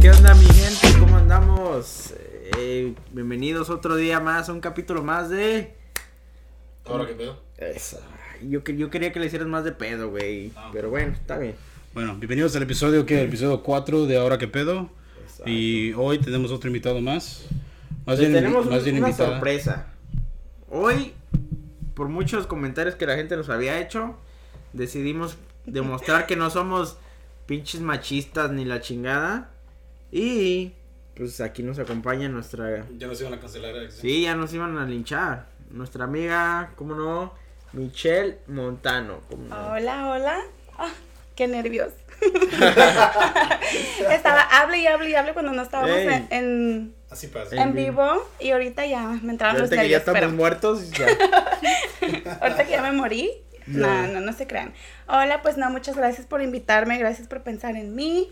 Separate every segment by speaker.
Speaker 1: ¿Qué onda mi gente? ¿Cómo andamos? Eh, bienvenidos otro día más, a un capítulo más de...
Speaker 2: Ahora que pedo.
Speaker 1: Esa. Yo, que- yo quería que le hicieras más de pedo, güey.
Speaker 2: Ah.
Speaker 1: Pero bueno, está bien.
Speaker 3: Bueno, bienvenidos al episodio que episodio 4 de Ahora que pedo. Y hoy tenemos otro invitado más. Más
Speaker 1: Les
Speaker 3: bien,
Speaker 1: tenemos
Speaker 3: más
Speaker 1: un-
Speaker 3: bien
Speaker 1: una
Speaker 3: invitada.
Speaker 1: sorpresa. Hoy, por muchos comentarios que la gente nos había hecho, decidimos demostrar que no somos pinches machistas ni la chingada. Y pues aquí nos acompaña nuestra...
Speaker 2: Ya nos iban a cancelar. ¿eh?
Speaker 1: Sí, ya nos iban a linchar. Nuestra amiga, ¿cómo no? Michelle Montano. ¿cómo no?
Speaker 4: Hola, hola. Ah, qué nervios. estaba hable y hable y hable cuando no estábamos
Speaker 1: Ey.
Speaker 4: en, en,
Speaker 2: Así pasa.
Speaker 1: En
Speaker 4: en vivo y ahorita ya me entraron los
Speaker 1: Ahorita que ya
Speaker 4: nervios.
Speaker 1: estamos
Speaker 4: pero
Speaker 1: muertos, ya.
Speaker 4: ahorita que ya me morí.
Speaker 1: Ya.
Speaker 4: No, no, no se crean. Hola, pues no, muchas gracias por invitarme, gracias por pensar en mí.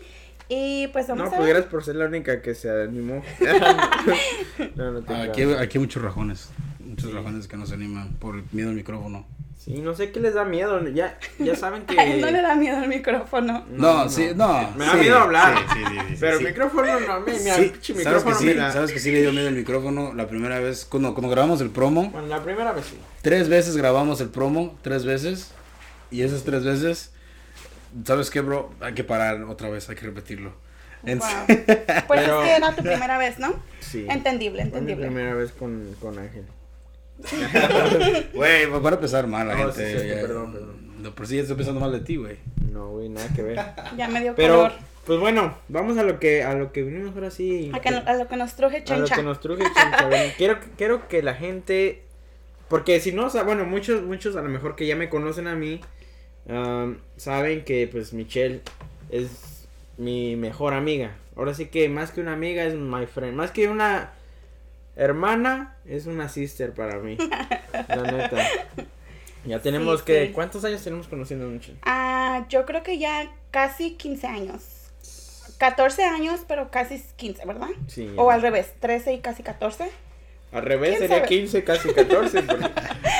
Speaker 4: Y pues vamos
Speaker 1: No,
Speaker 4: a
Speaker 1: pues
Speaker 4: ver.
Speaker 1: gracias por ser la única que se animó. no, no te
Speaker 3: Ah,
Speaker 1: creas.
Speaker 3: Aquí, aquí hay muchos rajones. Muchos rajones que nos animan por miedo al micrófono.
Speaker 1: Sí, no sé qué les da miedo. Ya, ya saben que.
Speaker 4: A él no le da miedo el micrófono.
Speaker 3: No, sí, no.
Speaker 1: Me da
Speaker 3: sí,
Speaker 1: miedo hablar.
Speaker 3: sí, sí, sí, sí,
Speaker 1: Pero
Speaker 3: sí.
Speaker 1: el micrófono no me. Mira, el
Speaker 3: Sí,
Speaker 1: pinche
Speaker 3: sabes que
Speaker 1: micrófono
Speaker 3: sí,
Speaker 1: me da-
Speaker 3: sabes que sí le dio miedo el micrófono la primera vez, cuando, cuando grabamos el promo,
Speaker 1: Bueno, la primera vez sí.
Speaker 3: Tres veces grabamos el promo, tres veces. Y esas tres veces, ¿sabes qué, bro? Hay que parar otra vez, hay que repetirlo. En-
Speaker 4: Wow. Pues
Speaker 1: Pero-
Speaker 4: es que era tu primera vez, ¿no?
Speaker 1: Sí.
Speaker 4: Entendible,
Speaker 1: Fue mi
Speaker 4: entendible.
Speaker 1: primera vez con, con Ángel.
Speaker 3: Güey, pues van a empezar mal la
Speaker 1: No, sí,
Speaker 3: gente.
Speaker 1: sí, sí,
Speaker 3: ya-
Speaker 1: perdón, perdón.
Speaker 3: No, por si ya estoy pensando mal de ti, güey.
Speaker 1: No, güey, nada que ver.
Speaker 4: Ya me dio
Speaker 1: Pero,
Speaker 4: calor.
Speaker 1: pues bueno, vamos a lo que a lo que vinimos ahora sí.
Speaker 4: A, que- a lo que nos truje
Speaker 1: A lo
Speaker 4: chencha.
Speaker 1: que nos truje chencha, bueno, quiero, quiero que la gente. Porque si no, o sea, bueno, muchos, muchos a lo mejor que ya me conocen a mí. am, saben que pues Michelle es mi mejor amiga. Ahora sí que más que una amiga es my friend. Más que una hermana es una sister para mí. la neta. Ya tenemos
Speaker 4: Sí,
Speaker 1: que.
Speaker 4: sí.
Speaker 1: ¿Cuántos años tenemos conociendo a Michelle?
Speaker 4: Ah, yo creo que ya casi 15 años. 14 años, pero casi 15, ¿verdad?
Speaker 1: Sí.
Speaker 4: O al revés, 13 y casi 14.
Speaker 1: Al revés
Speaker 4: ¿Quién
Speaker 1: sería
Speaker 4: sabe?
Speaker 1: 15, casi 14. porque-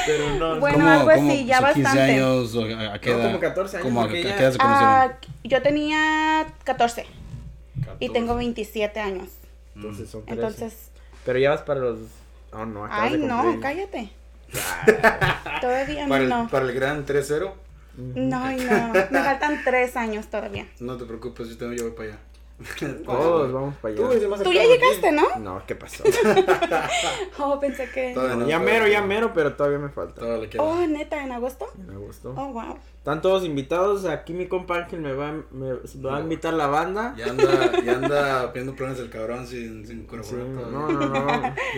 Speaker 1: pero no.
Speaker 4: Bueno, algo así, ya
Speaker 3: son
Speaker 4: bastante.
Speaker 3: años o a, a qué
Speaker 1: No,
Speaker 3: edad?
Speaker 1: como 14 años,
Speaker 3: Como a,
Speaker 1: porque
Speaker 3: a qué
Speaker 1: ya-
Speaker 3: edad se conocieron?
Speaker 4: Ah, yo tenía 14 y
Speaker 2: 14.
Speaker 4: tengo 27 años.
Speaker 1: Entonces son 13.
Speaker 4: Entonces,
Speaker 1: Pero ya vas para los. Oh, no, acabas
Speaker 4: ay
Speaker 1: de
Speaker 4: no,
Speaker 1: cumplir. Ah.
Speaker 4: cállate. Todavía
Speaker 2: Para el,
Speaker 4: no.
Speaker 2: para el gran 3-0,
Speaker 4: No, ay, no. Me faltan 3 años todavía.
Speaker 2: no te preocupes, yo también yo voy para allá.
Speaker 1: Todos vamos para allá.
Speaker 2: eres más
Speaker 4: Tú ya
Speaker 2: cercano
Speaker 4: llegaste, ¿no?
Speaker 1: No, ¿qué pasó?
Speaker 4: Oh, pensé que...
Speaker 2: Todavía
Speaker 1: No,
Speaker 2: no,
Speaker 1: ya
Speaker 2: todavía
Speaker 1: mero, ya
Speaker 2: no.
Speaker 1: mero, pero todavía me falta.
Speaker 2: Todo le queda.
Speaker 4: Oh, neta, en agosto.
Speaker 1: En agosto.
Speaker 4: Oh, wow.
Speaker 1: Están todos invitados. Aquí mi compa Ángel me va, me, va a invitar la banda.
Speaker 2: Ya anda, ya anda pidiendo planes el cabrón sin, sin
Speaker 1: Sí,
Speaker 2: corroborar.
Speaker 1: no,
Speaker 2: todavía.
Speaker 1: no,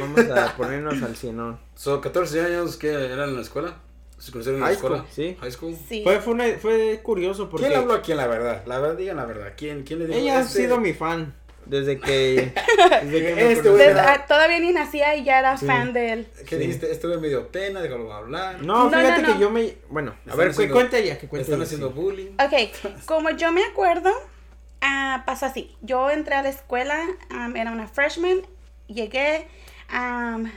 Speaker 1: no. Vamos a ponernos al cienón.
Speaker 2: So, 14 años que eran en la escuela. ¿Se conocieron en la
Speaker 1: High
Speaker 2: escuela?
Speaker 1: school, sí.
Speaker 2: High school.
Speaker 4: Sí.
Speaker 1: Fue, fue, una- fue curioso porque
Speaker 2: ¿Quién habló a quién, la verdad? La verdad, digan la verdad. ¿Quién, quién le dijo
Speaker 1: ella ha
Speaker 2: este-
Speaker 1: sido mi fan desde que. desde que me
Speaker 2: Este güey
Speaker 1: conocí.
Speaker 4: Desde- ah, todavía ni nacía y ya era fan de él.
Speaker 2: ¿Qué dijiste? Este güey me dio pena, déjalo hablar.
Speaker 1: No,
Speaker 4: No, no,
Speaker 1: fíjate
Speaker 4: no.
Speaker 1: que yo me. Bueno, a
Speaker 2: Están
Speaker 1: ver, cu-
Speaker 2: haciendo-
Speaker 1: cuenta ya. Que
Speaker 2: Me
Speaker 1: cuente
Speaker 2: están
Speaker 1: ella,
Speaker 2: haciendo
Speaker 1: sí.
Speaker 2: bullying.
Speaker 4: Ah, Ok, como yo me acuerdo, ah, pasó así. Yo entré a la escuela, am, era una freshman, llegué, am,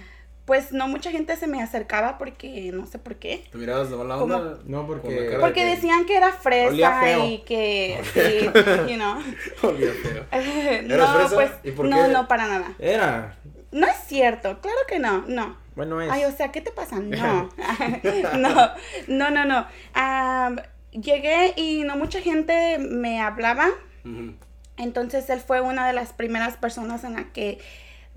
Speaker 4: pues no mucha gente se me acercaba porque no sé por qué.
Speaker 2: ¿Te mirabas de mala
Speaker 4: ¿Cómo?
Speaker 2: onda?
Speaker 1: No, porque-
Speaker 2: Con la cara
Speaker 4: Porque
Speaker 2: de que-
Speaker 4: decían que era
Speaker 1: Olía
Speaker 4: fresa
Speaker 1: feo.
Speaker 4: y que, sí, you know.
Speaker 2: Olía feo.
Speaker 4: no,
Speaker 2: fresa?
Speaker 4: pues,
Speaker 2: ¿Y por
Speaker 4: no,
Speaker 2: qué?
Speaker 4: no, para nada.
Speaker 1: Era.
Speaker 4: No es cierto, claro que no, no.
Speaker 1: Bueno, es.
Speaker 4: Ay, o sea, ¿qué te pasa? No, no, no, no, no. Am, llegué y no mucha gente me hablaba,
Speaker 2: Ujú.
Speaker 4: entonces él fue una de las primeras personas en la que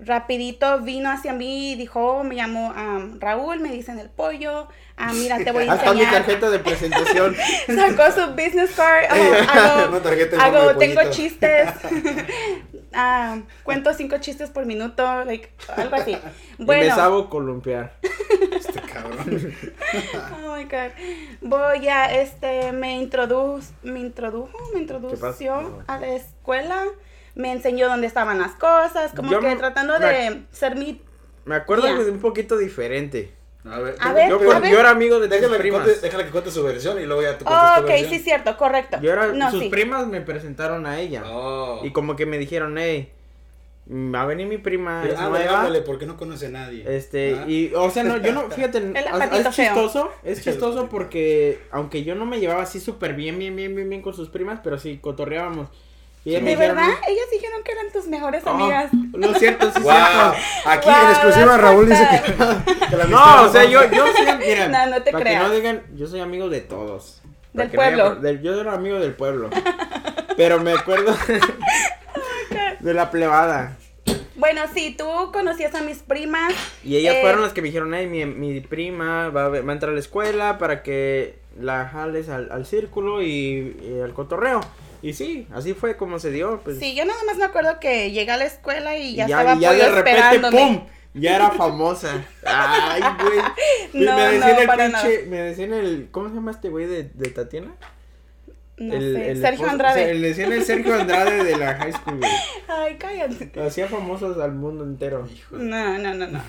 Speaker 4: rapidito vino hacia mí y dijo, "Oh, me llamo am, Raúl, me dicen el pollo, ah, mira, te voy a
Speaker 1: Hasta mi
Speaker 4: enseñar.
Speaker 1: tarjeta de presentación.
Speaker 4: Sacó su business card, oh, hago,
Speaker 2: Una tarjeta en
Speaker 4: hago-
Speaker 2: forma de
Speaker 4: tengo
Speaker 2: pollito.
Speaker 4: chistes, Ah, cuento cinco chistes por minuto, like, algo así.
Speaker 1: Y me
Speaker 4: Bueno.
Speaker 1: sabo columpiar.
Speaker 2: Este cabrón.
Speaker 4: Oh my god. Voy a, este, me introdujo, me introdujo, me introdució
Speaker 1: No.
Speaker 4: a la escuela, me enseñó dónde estaban las cosas, como
Speaker 1: Yo
Speaker 4: que
Speaker 1: me-
Speaker 4: tratando
Speaker 1: me-
Speaker 4: de ser mi...
Speaker 1: Me acuerdo
Speaker 4: Ya.
Speaker 1: de un poquito diferente.
Speaker 2: A ver.
Speaker 4: A
Speaker 2: tú-
Speaker 4: ver,
Speaker 1: Yo,
Speaker 4: a ver.
Speaker 1: yo era amigo de tus
Speaker 2: Déjala que,
Speaker 1: primas.
Speaker 2: cuente, déjala que cuente su versión y luego ya tú cuentas
Speaker 4: Oh,
Speaker 2: tu
Speaker 4: ok,
Speaker 2: versión.
Speaker 4: sí, cierto, correcto.
Speaker 1: Yo era,
Speaker 4: no,
Speaker 1: sus
Speaker 4: sí.
Speaker 1: primas me presentaron a ella.
Speaker 2: Oh.
Speaker 1: Y como que me dijeron, hey, va a venir mi prima,
Speaker 3: Ah,
Speaker 2: Pero
Speaker 1: es
Speaker 2: ándale,
Speaker 1: nueva.
Speaker 2: ándale, porque no conoce a nadie.
Speaker 1: Este,
Speaker 2: Ah.
Speaker 1: y, o sea, no, yo no, fíjate, es,
Speaker 4: patito
Speaker 1: es
Speaker 4: feo.
Speaker 1: chistoso, es
Speaker 2: El
Speaker 1: chistoso
Speaker 2: patito.
Speaker 1: porque, aunque yo no me llevaba así súper bien, bien, bien, bien, bien con sus primas, pero sí, cotorreábamos. Y ella me
Speaker 4: De
Speaker 1: dijeron,
Speaker 4: verdad, ellas dijeron que eran tus mejores
Speaker 1: "Oh,
Speaker 4: amigas.
Speaker 1: No es cierto, sí es
Speaker 3: Wow.
Speaker 1: cierto.
Speaker 5: Aquí
Speaker 4: Wow,
Speaker 5: en exclusiva
Speaker 4: that's
Speaker 5: Raúl dice
Speaker 4: fucked
Speaker 5: que, que la amistad
Speaker 1: No, o
Speaker 5: no
Speaker 1: sea,
Speaker 5: va-
Speaker 1: yo, yo soy, miren,
Speaker 4: No, no te
Speaker 1: para
Speaker 4: creas.
Speaker 1: que no digan, yo soy amigo de todos. Para
Speaker 4: Del
Speaker 1: que no haya
Speaker 4: pueblo.
Speaker 1: pro- del- yo era amigo del pueblo. Pero me acuerdo de la plebada.
Speaker 4: Bueno, sí, tú conocías a mis primas.
Speaker 1: Y ellas
Speaker 4: Eh,
Speaker 1: fueron las que me dijeron, ay, mi, mi prima va a, ve- va a entrar a la escuela para que la jales al, al círculo y, y al cotorreo. Y sí, así fue como se dio. Pues,
Speaker 4: Sí, yo nada más me acuerdo que llegué a la escuela y
Speaker 1: y
Speaker 4: ya, estaba
Speaker 1: y ya
Speaker 4: Pollo
Speaker 1: de repente,
Speaker 4: esperándome.
Speaker 1: ¡pum! Ya era famosa. Ay, güey. Y
Speaker 4: No,
Speaker 1: me decían
Speaker 4: no,
Speaker 1: el
Speaker 4: para
Speaker 1: pinche, me decían el, ¿cómo se llama este güey de, de Tatiana?
Speaker 4: No
Speaker 1: El-
Speaker 4: sé,
Speaker 1: el
Speaker 4: Sergio
Speaker 1: esposo-
Speaker 4: Andrade.
Speaker 1: se- le decían el Sergio Andrade de la high school, güey.
Speaker 4: Ay, cállate.
Speaker 1: Hacía famosos al mundo entero.
Speaker 4: Pues No, no, no, no.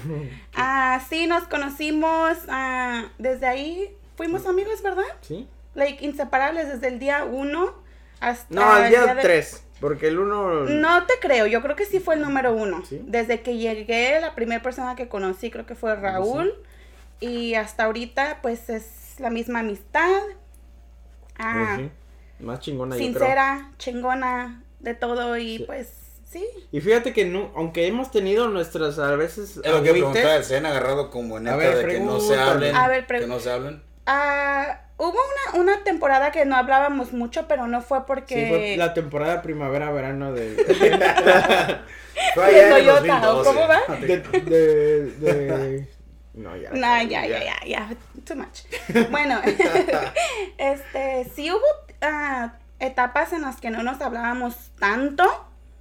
Speaker 4: Ah, sí, nos conocimos. ah, desde ahí fuimos amigos, ¿verdad?
Speaker 1: ¿Sí?
Speaker 4: Like, inseparables desde el día uno hasta.
Speaker 1: No, el día
Speaker 4: Ah, de-
Speaker 1: 3. Porque el 1.
Speaker 4: No te creo, yo creo que sí fue el número uno.
Speaker 1: ¿Sí?
Speaker 4: Desde que llegué, la primera persona que conocí creo que fue Raúl. Y hasta ahorita, pues es la misma amistad. Ah,
Speaker 1: pues Más chingona, yo creo.
Speaker 4: sincera, chingona, de todo. Y
Speaker 1: Sí.
Speaker 4: pues sí,
Speaker 1: Y fíjate que no, aunque hemos tenido nuestras a veces.
Speaker 3: Es lo que
Speaker 1: agüites,
Speaker 3: preguntaba, se han agarrado como neta
Speaker 1: A ver,
Speaker 3: de que no se
Speaker 1: pregúntale.
Speaker 3: hablen,
Speaker 4: A ver,
Speaker 3: que
Speaker 4: pregun-
Speaker 3: no se hablen.
Speaker 4: Ah, hubo una, una temporada que no hablábamos mucho, pero no fue porque...
Speaker 1: Sí, fue la temporada primavera-verano de, de,
Speaker 3: Fue
Speaker 4: Ay,
Speaker 3: allá en
Speaker 4: soy
Speaker 3: el
Speaker 4: otra,
Speaker 3: 2012.
Speaker 4: ¿cómo va?
Speaker 1: de- de- No, ya.
Speaker 4: No, ya, ya, ya, ya, too much. Bueno, este, sí hubo ah, etapas en las que no nos hablábamos tanto,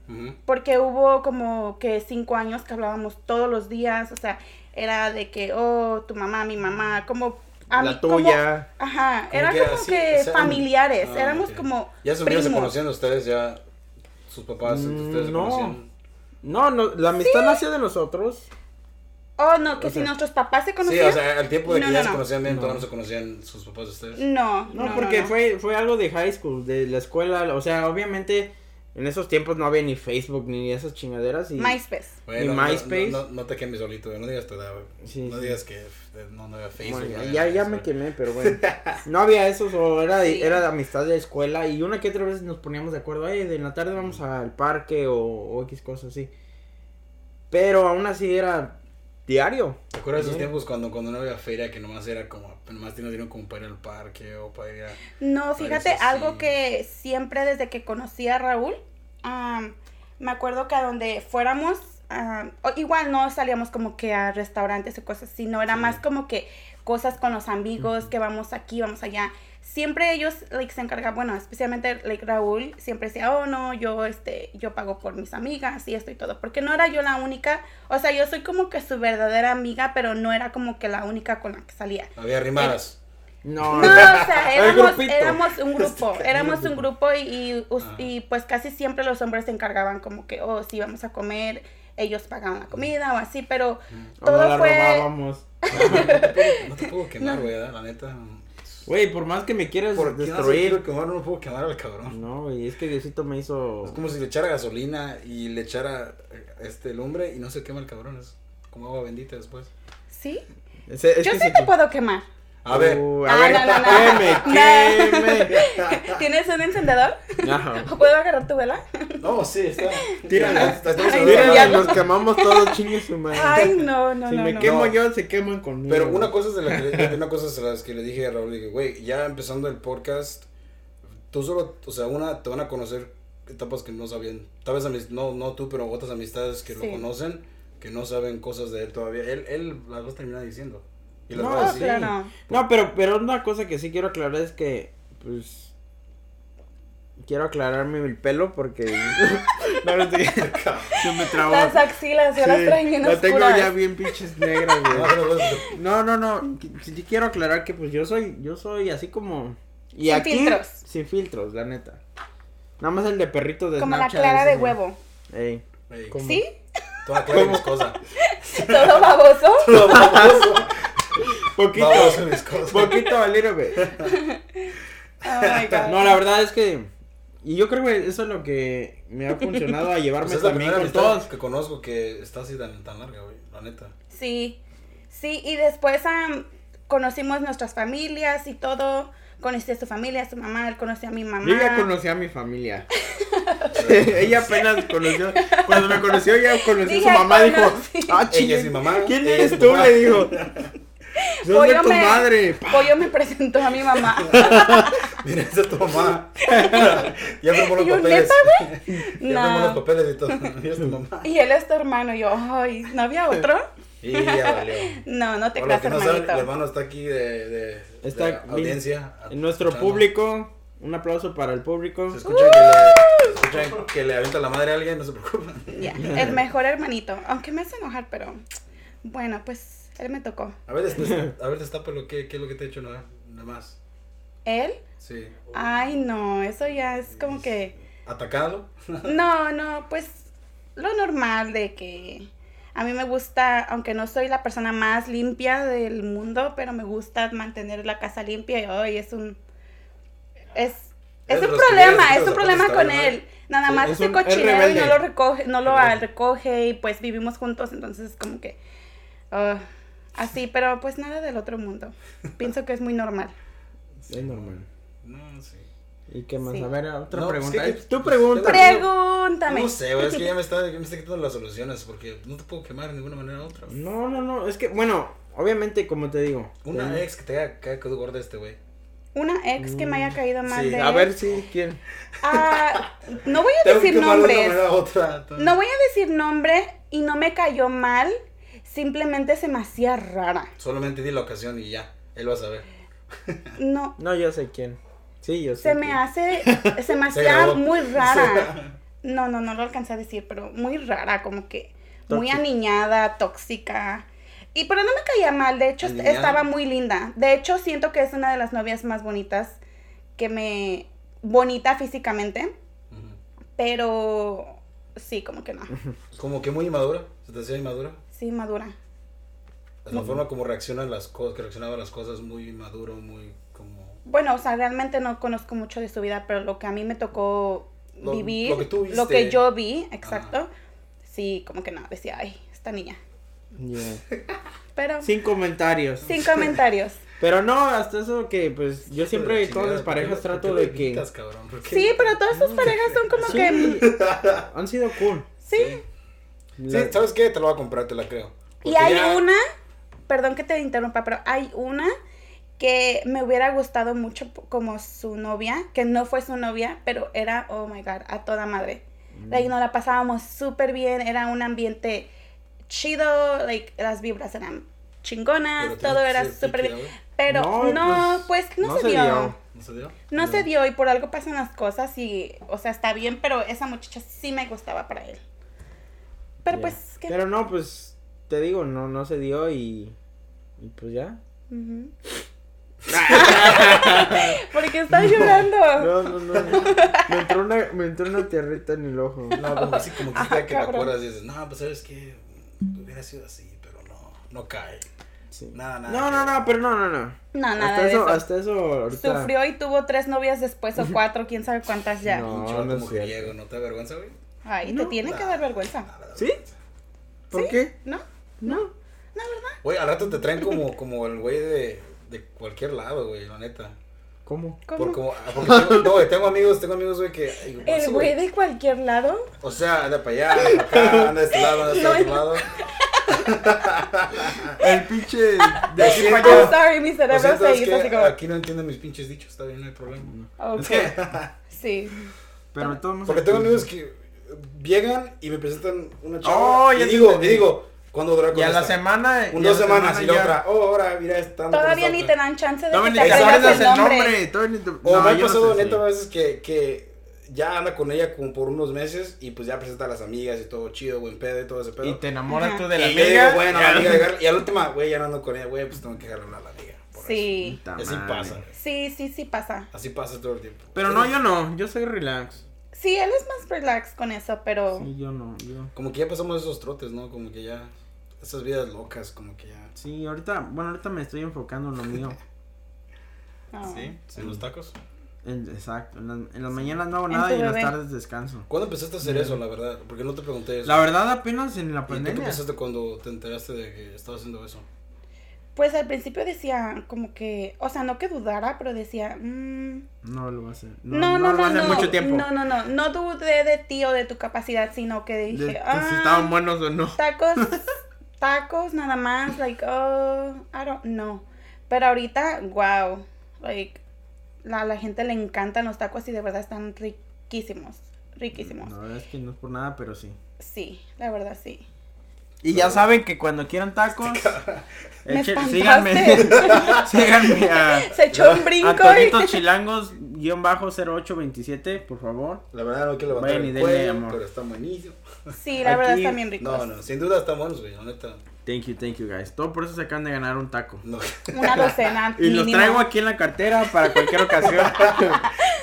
Speaker 3: Ujú.
Speaker 4: porque hubo como que cinco años que hablábamos todos los días, o sea, era de que, oh, tu mamá, mi mamá, como... a
Speaker 1: La
Speaker 4: mí- como-
Speaker 1: tuya.
Speaker 4: ajá,
Speaker 3: Como
Speaker 4: era
Speaker 3: que
Speaker 4: como
Speaker 3: así,
Speaker 4: que
Speaker 3: o sea,
Speaker 4: familiares,
Speaker 3: ah,
Speaker 4: éramos
Speaker 3: ok.
Speaker 4: como
Speaker 3: Ya se hubieran se
Speaker 4: primos.
Speaker 3: conociendo ustedes, ya sus papás,
Speaker 1: Mm,
Speaker 3: ustedes se
Speaker 1: no.
Speaker 3: conocían.
Speaker 1: No, no, la amistad nació de nosotros.
Speaker 4: Oh, no, que
Speaker 1: O
Speaker 4: si
Speaker 1: sea,
Speaker 4: nuestros papás se
Speaker 3: Sí,
Speaker 4: conocían.
Speaker 3: o sea, al tiempo de que
Speaker 4: No,
Speaker 3: ya
Speaker 4: no,
Speaker 3: se
Speaker 4: no.
Speaker 3: conocían bien,
Speaker 1: No.
Speaker 3: todavía no se conocían sus papás de ustedes.
Speaker 4: No,
Speaker 1: No, porque Fue, fue algo de high school, de la escuela. O sea, obviamente en esos tiempos no había ni Facebook ni esas chingaderas. Y...
Speaker 4: MySpace.
Speaker 1: ¿Y
Speaker 3: no,
Speaker 1: MySpace?
Speaker 3: No, no, no te quemes solito, güey, no digas tu edad, güey.
Speaker 1: Sí,
Speaker 3: no
Speaker 1: sí.
Speaker 3: digas que eh, no, no había Facebook.
Speaker 1: Bueno,
Speaker 3: no
Speaker 1: ya,
Speaker 3: había
Speaker 1: ya
Speaker 3: eso,
Speaker 1: me
Speaker 3: güey.
Speaker 1: quemé, pero bueno. No había eso, o era, de-
Speaker 4: Sí.
Speaker 1: era de amistad de escuela y una que otra vez nos poníamos de acuerdo, "Ey, de la tarde vamos al parque o, o X cosas así. Pero aún así era diario.
Speaker 3: ¿Te acuerdas de esos
Speaker 1: Sí.
Speaker 3: tiempos cuando, cuando no había feria que nomás era como, nomás tienes dinero como para ir al parque o para ir a...
Speaker 4: No, fíjate,
Speaker 3: eso sí.
Speaker 4: algo que siempre desde que conocí a Raúl, am, me acuerdo que a donde fuéramos, am, o- igual no salíamos como que a restaurantes o cosas, sino era más como que cosas con los amigos, que vamos aquí, vamos allá. Siempre ellos like, se encargaban, bueno, especialmente like, Raúl, siempre decía, oh no, yo este, yo pago por mis amigas y esto y todo, porque no era yo la única, o sea, yo soy como que su verdadera amiga, pero no era como que la única con la que salía.
Speaker 3: Había rimadas.
Speaker 1: No,
Speaker 4: No, o sea,
Speaker 1: El
Speaker 4: éramos,
Speaker 1: grupito. Este
Speaker 4: éramos un grupo, éramos un grupo y, y us-
Speaker 1: Ah.
Speaker 4: y, pues casi siempre los hombres se encargaban como que, oh, sí, vamos a comer, ellos pagaban la comida o así, pero
Speaker 1: o no
Speaker 4: todo
Speaker 1: la
Speaker 4: fue...
Speaker 1: robábamos.
Speaker 3: No te puedo quemar, güey, ¿verdad? la neta.
Speaker 1: Güey, por más que me quieras
Speaker 3: Por destruir.
Speaker 1: Pues, destruir.
Speaker 3: quemar, no puedo quemar al cabrón.
Speaker 1: No, güey, es que Diosito me hizo.
Speaker 3: Es como si le echara gasolina y le echara eh, este lumbre y no se quema el cabrón. Es como agua bendita después.
Speaker 4: ¿Sí?
Speaker 1: Es- es
Speaker 4: Yo
Speaker 1: que
Speaker 4: sí
Speaker 1: se-
Speaker 4: te puedo quemar.
Speaker 3: A ver,
Speaker 1: Uh, a
Speaker 4: Ah,
Speaker 1: ver,
Speaker 4: no, no, no.
Speaker 1: queme,
Speaker 4: ¿Tienes un encendedor?
Speaker 1: queme. No.
Speaker 4: ¿O puedo agarrar tu vela?
Speaker 3: No, sí, está.
Speaker 1: Tírala.
Speaker 3: Está- estamos
Speaker 4: Ay,
Speaker 3: hablando-
Speaker 1: Mira,
Speaker 4: ya no.
Speaker 1: nos quemamos todos, chingue su madre.
Speaker 4: Ay, no, no,
Speaker 1: si
Speaker 4: no.
Speaker 1: me
Speaker 4: no.
Speaker 1: quemo
Speaker 3: No.
Speaker 1: yo, se queman conmigo.
Speaker 3: Pero una cosa es de la que le, una cosa es de las que le dije a Raúl, le dije, güey, ya empezando el podcast, tú solo, o sea, una te van a conocer etapas que no sabían, tal vez amis- no, no tú, pero otras amistades que
Speaker 4: Sí.
Speaker 3: lo conocen, que no saben cosas de él todavía. Él, él las va a terminar diciendo. Y las
Speaker 1: No,
Speaker 3: va a
Speaker 4: No,
Speaker 3: decir.
Speaker 4: claro.
Speaker 1: No, pero, pero una cosa que sí quiero aclarar es que, pues, quiero aclararme el pelo porque... no, no sé, se me trabó.
Speaker 4: Las axilas, yo las
Speaker 1: Sí,
Speaker 4: traigo en
Speaker 1: lo tengo
Speaker 4: oscuras.
Speaker 1: ya bien pinches negras,
Speaker 3: No,
Speaker 1: güey.
Speaker 3: no, no, no.
Speaker 1: No, no, no, qui- sí quiero aclarar que, pues, yo soy, yo soy así como... Y
Speaker 4: Sin
Speaker 1: aquí,
Speaker 4: filtros.
Speaker 1: Sin filtros, la neta. Nada más el de perrito de
Speaker 4: Como la
Speaker 1: Snapchat,
Speaker 4: clara
Speaker 1: ese,
Speaker 4: de
Speaker 1: güey.
Speaker 4: huevo.
Speaker 1: Ey.
Speaker 3: Ey,
Speaker 1: ¿Cómo?
Speaker 4: ¿Sí?
Speaker 3: Toda clara mis cosas.
Speaker 4: ¿Todo baboso?
Speaker 1: Poquito,
Speaker 3: Vamos a mis cosas.
Speaker 1: poquito, a little bit.
Speaker 4: Oh, my God.
Speaker 1: No, la verdad es que. Y yo creo que eso es lo que me ha funcionado a llevarme
Speaker 3: Pues es la
Speaker 1: también con
Speaker 3: primera amistad
Speaker 1: todos.
Speaker 3: que conozco que está así tan, tan larga, güey, la neta.
Speaker 4: Sí, sí, y después am, conocimos nuestras familias y todo. Conocí a su familia, a su mamá, él conoció a mi mamá.
Speaker 1: Yo ya conocí a mi familia. ella apenas conoció. Cuando me conoció, ella conoció a su
Speaker 4: Dije,
Speaker 1: mamá. Dijo,
Speaker 4: conocí.
Speaker 1: ah,
Speaker 3: Ella es mi
Speaker 1: chingada,
Speaker 3: mamá.
Speaker 1: ¿Quién
Speaker 3: ella es
Speaker 1: eres
Speaker 3: mi
Speaker 1: tú?
Speaker 3: mamá.
Speaker 1: Le dijo. Soy de
Speaker 4: Pollo
Speaker 1: tu
Speaker 4: Pues me-
Speaker 1: madre. Pa.
Speaker 4: Pollo me presentó a mi mamá.
Speaker 3: Mira, esa es tu mamá. ya firmó los
Speaker 4: Y yo,
Speaker 3: papeles. ya firmó los
Speaker 4: No.
Speaker 3: papeles y todo. Mira, es tu mamá.
Speaker 4: Y él es tu hermano. Y yo, ay, ¿no había otro?
Speaker 3: Y ya valió.
Speaker 4: No, no te
Speaker 3: Para los
Speaker 4: creas,
Speaker 3: que no saben,
Speaker 4: hermanito.
Speaker 3: el hermano está aquí de, de,
Speaker 1: Está
Speaker 3: de audiencia.
Speaker 1: En nuestro
Speaker 3: escuchando.
Speaker 1: público. Un aplauso para el público.
Speaker 3: Ah, Se escucha que le, se escucha que le avienta la madre a alguien, no se preocupen.
Speaker 4: Ya, El mejor hermanito. Aunque me hace enojar, pero bueno, pues él me tocó.
Speaker 3: A ver, después, a ver, destápalo, ¿qué, ¿qué es lo que te he hecho nada, nada más?
Speaker 4: Él,
Speaker 3: Sí.
Speaker 4: ay, no, eso ya es como que.
Speaker 3: ¿Atacado?
Speaker 4: No, no, pues lo normal de que a mí me gusta, aunque no soy la persona más limpia del mundo, pero me gusta mantener la casa limpia y hoy es un es es
Speaker 3: Es
Speaker 4: un
Speaker 3: los que ves,
Speaker 4: problema,
Speaker 3: pero
Speaker 4: es un
Speaker 3: la
Speaker 4: problema
Speaker 3: cosa está
Speaker 4: con
Speaker 3: bien,
Speaker 4: él. Nada
Speaker 1: Sí,
Speaker 4: más
Speaker 1: es
Speaker 4: ese
Speaker 1: un- es
Speaker 4: cochinero y no
Speaker 1: rebelde.
Speaker 4: lo recoge, no lo
Speaker 3: Rebelde.
Speaker 4: recoge y pues vivimos juntos, entonces como que ah, así, pero pues nada del otro mundo. Pienso que es muy normal.
Speaker 1: Es normal.
Speaker 3: No, sí.
Speaker 1: Uh. ¿Y qué más?
Speaker 4: Sí.
Speaker 1: A ver, otra
Speaker 3: No,
Speaker 1: pregunta.
Speaker 3: sí, que-
Speaker 1: Tú pregunta.
Speaker 3: Pre-
Speaker 4: Pregúntame.
Speaker 3: No sé, güey, es que ya me está, ya me está quitando las soluciones porque no te puedo quemar de ninguna manera u otra.
Speaker 1: No, no, no. Es que, bueno, obviamente, como te digo.
Speaker 3: Una
Speaker 1: eh,
Speaker 3: ex que te haya que quedado gorda este güey.
Speaker 4: Una ex que me haya caído mal
Speaker 3: Mm, Sí,
Speaker 4: de
Speaker 1: A
Speaker 4: él.
Speaker 1: ver si quién.
Speaker 4: Ah, no voy a
Speaker 3: Tengo que
Speaker 4: decir
Speaker 3: quemar de una
Speaker 4: nombres.
Speaker 3: manera u otra.
Speaker 4: No voy a decir nombre y no me cayó mal. Simplemente se me hacía rara.
Speaker 3: Solamente di la ocasión y ya, él va a saber.
Speaker 4: No.
Speaker 1: No, yo sé quién. Sí, yo sé.
Speaker 4: Se me
Speaker 1: quién.
Speaker 4: hace. Se me
Speaker 3: Se
Speaker 4: hacía
Speaker 3: grabó.
Speaker 4: muy rara. No, no, no lo alcancé a decir, pero muy rara, como que. Muy
Speaker 1: Tóxica.
Speaker 4: aniñada, tóxica. Y pero no me caía mal, de hecho est-
Speaker 3: Aniñada.
Speaker 4: estaba muy linda. De hecho, siento que es una de las novias más bonitas que me. bonita físicamente.
Speaker 3: Ujú.
Speaker 4: Pero sí, como que no.
Speaker 3: Como que muy inmadura, se te hacía inmadura.
Speaker 4: Sí, madura.
Speaker 3: La forma como reaccionan las cosas, que reaccionaba a las cosas muy maduro, muy como...
Speaker 4: Bueno, o sea, realmente no conozco mucho de su vida, pero lo que a mí me tocó
Speaker 3: Lo-
Speaker 4: vivir,
Speaker 3: lo que tú viste.
Speaker 4: que yo vi, exacto, sí, como que no, decía, ay, esta niña.
Speaker 1: Yeah.
Speaker 4: Pero
Speaker 1: Sin comentarios.
Speaker 4: sin comentarios.
Speaker 1: Pero no, hasta eso que, pues, yo siempre
Speaker 3: Hijo de
Speaker 1: todas las
Speaker 3: chingada, ¿por
Speaker 1: parejas
Speaker 3: qué- por qué
Speaker 1: trato
Speaker 3: le
Speaker 1: de que.
Speaker 3: gritas, cabrón? ¿Por qué?
Speaker 4: Sí, pero todas sus parejas son como que,
Speaker 1: Sí, han sido cool.
Speaker 4: sí.
Speaker 3: Sí,
Speaker 1: La-
Speaker 3: ¿sabes qué? Te lo voy a comprar, te la creo.
Speaker 4: Y
Speaker 3: Porque
Speaker 4: hay
Speaker 3: ya-
Speaker 4: una, perdón que te interrumpa, pero hay una que me hubiera gustado mucho p- como su novia, que no fue su novia, pero era, oh my god, a toda madre. Like, nos la pasábamos súper bien, era un ambiente chido, like, las vibras eran
Speaker 3: pero
Speaker 4: chingonas,
Speaker 3: tiene
Speaker 4: todo
Speaker 3: que
Speaker 4: era
Speaker 3: ser
Speaker 4: súper
Speaker 3: piqui, a
Speaker 4: bien.
Speaker 3: ver,
Speaker 4: Pero
Speaker 1: No,
Speaker 4: no,
Speaker 1: pues,
Speaker 4: pues,
Speaker 1: no
Speaker 4: no,
Speaker 1: se
Speaker 4: se dio.
Speaker 1: dio.
Speaker 3: ¿No se dio?
Speaker 4: No, se dio y por algo pasan las cosas y, o sea, está bien, pero esa muchacha sí me gustaba para él. Pero
Speaker 1: ya.
Speaker 4: pues, ¿qué?
Speaker 1: Pero no, pues, te digo, no, no se dio y. Y pues ya.
Speaker 4: Ujú. Porque estás llorando.
Speaker 1: No, no, no. no. Me entró una, me entró una tierrita en el ojo.
Speaker 3: No, como que sí, como que, sí, que te
Speaker 4: Ah, cabrón.
Speaker 3: acuerdas y dices, no, pues sabes que hubiera sido así, pero no, no cae.
Speaker 1: Sí.
Speaker 3: Nada, nada.
Speaker 1: No, no, no, pero no, no, no.
Speaker 4: No, Ah, nada
Speaker 1: hasta
Speaker 4: de
Speaker 1: eso,
Speaker 4: eso.
Speaker 1: hasta eso ahorita.
Speaker 4: Sufrió y tuvo tres novias después o cuatro, quién sabe cuántas ya.
Speaker 1: No.
Speaker 3: No, no,
Speaker 1: no
Speaker 3: no
Speaker 1: es
Speaker 3: mujeriego,
Speaker 1: cierto.
Speaker 3: ¿no te da vergüenza, güey?
Speaker 4: Ay,
Speaker 1: No.
Speaker 4: te tiene que dar vergüenza.
Speaker 3: Nada,
Speaker 1: ¿Sí? ¿Por qué?
Speaker 4: ¿No?
Speaker 1: No.
Speaker 3: Güey, al rato te traen como, como el güey de, de cualquier lado, güey, la neta.
Speaker 1: ¿Cómo?
Speaker 4: ¿Cómo?
Speaker 3: Por como, ah, porque tengo, no, güey, tengo amigos, tengo amigos, güey, que. ay,
Speaker 4: El
Speaker 3: sí,
Speaker 4: güey de cualquier lado.
Speaker 3: O sea, anda para allá, anda para acá, anda de este lado, anda de este
Speaker 4: No,
Speaker 3: otro
Speaker 4: no.
Speaker 3: lado.
Speaker 1: El pinche. De
Speaker 3: aquí para
Speaker 4: I'm
Speaker 3: allá.
Speaker 4: sorry, mi
Speaker 3: Lo
Speaker 4: cerebro
Speaker 3: siento,
Speaker 4: se
Speaker 3: es
Speaker 4: hizo
Speaker 3: que
Speaker 4: así como.
Speaker 3: Aquí no entienden mis pinches dichos, está bien, no hay problema.
Speaker 4: ok.
Speaker 3: Es que,
Speaker 4: Sí.
Speaker 1: Pero todo
Speaker 3: porque tengo amigos que llegan y me presentan una chava.
Speaker 1: Oh,
Speaker 3: y
Speaker 1: ya te
Speaker 3: digo, y
Speaker 1: entendí.
Speaker 3: digo, ¿cuándo duró
Speaker 1: Y a la semana.
Speaker 3: Un
Speaker 1: y a
Speaker 3: dos
Speaker 1: la
Speaker 3: semanas y la
Speaker 1: ya-
Speaker 3: otra. Oh, ahora, mira, están.
Speaker 4: Todavía ni te dan chance de
Speaker 1: No,
Speaker 4: que
Speaker 1: ni
Speaker 4: te
Speaker 1: te acuerdas
Speaker 4: aprendas el nombre.
Speaker 1: todavía ni te-
Speaker 3: O
Speaker 1: No,
Speaker 3: me ha
Speaker 1: yo no
Speaker 3: pasado
Speaker 1: sé,
Speaker 3: neta
Speaker 1: sí.
Speaker 3: a veces que, que ya anda con ella como por unos meses y pues ya presenta a las amigas y todo chido, buen pedo y todo ese pedo.
Speaker 1: Y te enamoras
Speaker 4: Ajá.
Speaker 1: tú de la
Speaker 3: Y yo digo,
Speaker 1: amiga.
Speaker 3: bueno,
Speaker 1: y
Speaker 3: la
Speaker 1: al-
Speaker 3: amiga, déjala- y al última, güey, ya no ando con ella, güey, pues tengo que dejarle hablar a la amiga. por
Speaker 4: Sí.
Speaker 3: eso. Así
Speaker 1: Puta
Speaker 3: pasa.
Speaker 1: Ah, madre.
Speaker 3: güey.
Speaker 4: Sí, sí, sí pasa.
Speaker 3: Así pasa todo el tiempo.
Speaker 1: Pero no, yo no. Yo soy relax.
Speaker 4: Sí, él es más relax con eso, pero.
Speaker 1: Sí, yo no. Yo.
Speaker 3: Como que ya pasamos esos trotes, ¿no? Como que ya. Esas vidas locas, como que ya.
Speaker 1: Sí, ahorita. Bueno, ahorita me estoy enfocando en lo mío.
Speaker 4: no.
Speaker 3: Sí. ¿En los tacos?
Speaker 1: En- exacto. En las, en las mañanas no hago
Speaker 4: En
Speaker 1: nada
Speaker 4: tu
Speaker 1: y en las
Speaker 4: bebé.
Speaker 1: tardes descanso.
Speaker 3: ¿Cuándo empezaste a hacer eso, la verdad? Porque no te pregunté eso.
Speaker 1: La verdad, apenas en la
Speaker 3: ¿Y tú qué
Speaker 1: pandemia.
Speaker 3: pensaste cuando te enteraste de que estaba haciendo eso?
Speaker 4: Pues al principio decía como que, o sea, no que dudara, pero decía, "Mm,
Speaker 1: No lo va a hacer.
Speaker 4: no, no,
Speaker 1: lo va
Speaker 4: no,
Speaker 1: a hacer
Speaker 4: no,
Speaker 1: mucho tiempo.
Speaker 4: no, no, no, no dudé de ti o de tu capacidad, sino que
Speaker 1: De-
Speaker 4: dije,
Speaker 1: de si
Speaker 4: "Ah,
Speaker 1: estaban buenos o no.
Speaker 4: tacos, tacos nada más, like, oh, I don't know. Pero ahorita, wow, like, la, la gente le encantan los tacos y de verdad están riquísimos, riquísimos.
Speaker 1: La verdad es que no es por nada, pero sí.
Speaker 4: Sí, la verdad sí.
Speaker 1: Y ya saben que cuando quieran tacos,
Speaker 4: Me
Speaker 1: echen-
Speaker 4: espantaste.
Speaker 1: síganme. síganme a,
Speaker 4: Se echó un brinco
Speaker 1: a
Speaker 4: y-
Speaker 1: Toquitos Chilangos, guión bajo 0827, por favor.
Speaker 3: La verdad no quiero levantar
Speaker 1: Vayan y
Speaker 3: el
Speaker 1: denle
Speaker 3: cuello,
Speaker 1: amor.
Speaker 3: pero está buenísimo.
Speaker 4: Sí, la verdad
Speaker 1: Aquí-
Speaker 4: están bien ricos.
Speaker 3: No, no, sin duda están buenos, güey, la neta.
Speaker 1: Thank you, thank you, guys. Todo por eso se acaban de ganar un taco.
Speaker 3: No,
Speaker 4: Una docena
Speaker 1: Y los
Speaker 4: mínimo.
Speaker 1: traigo aquí en la cartera para cualquier ocasión.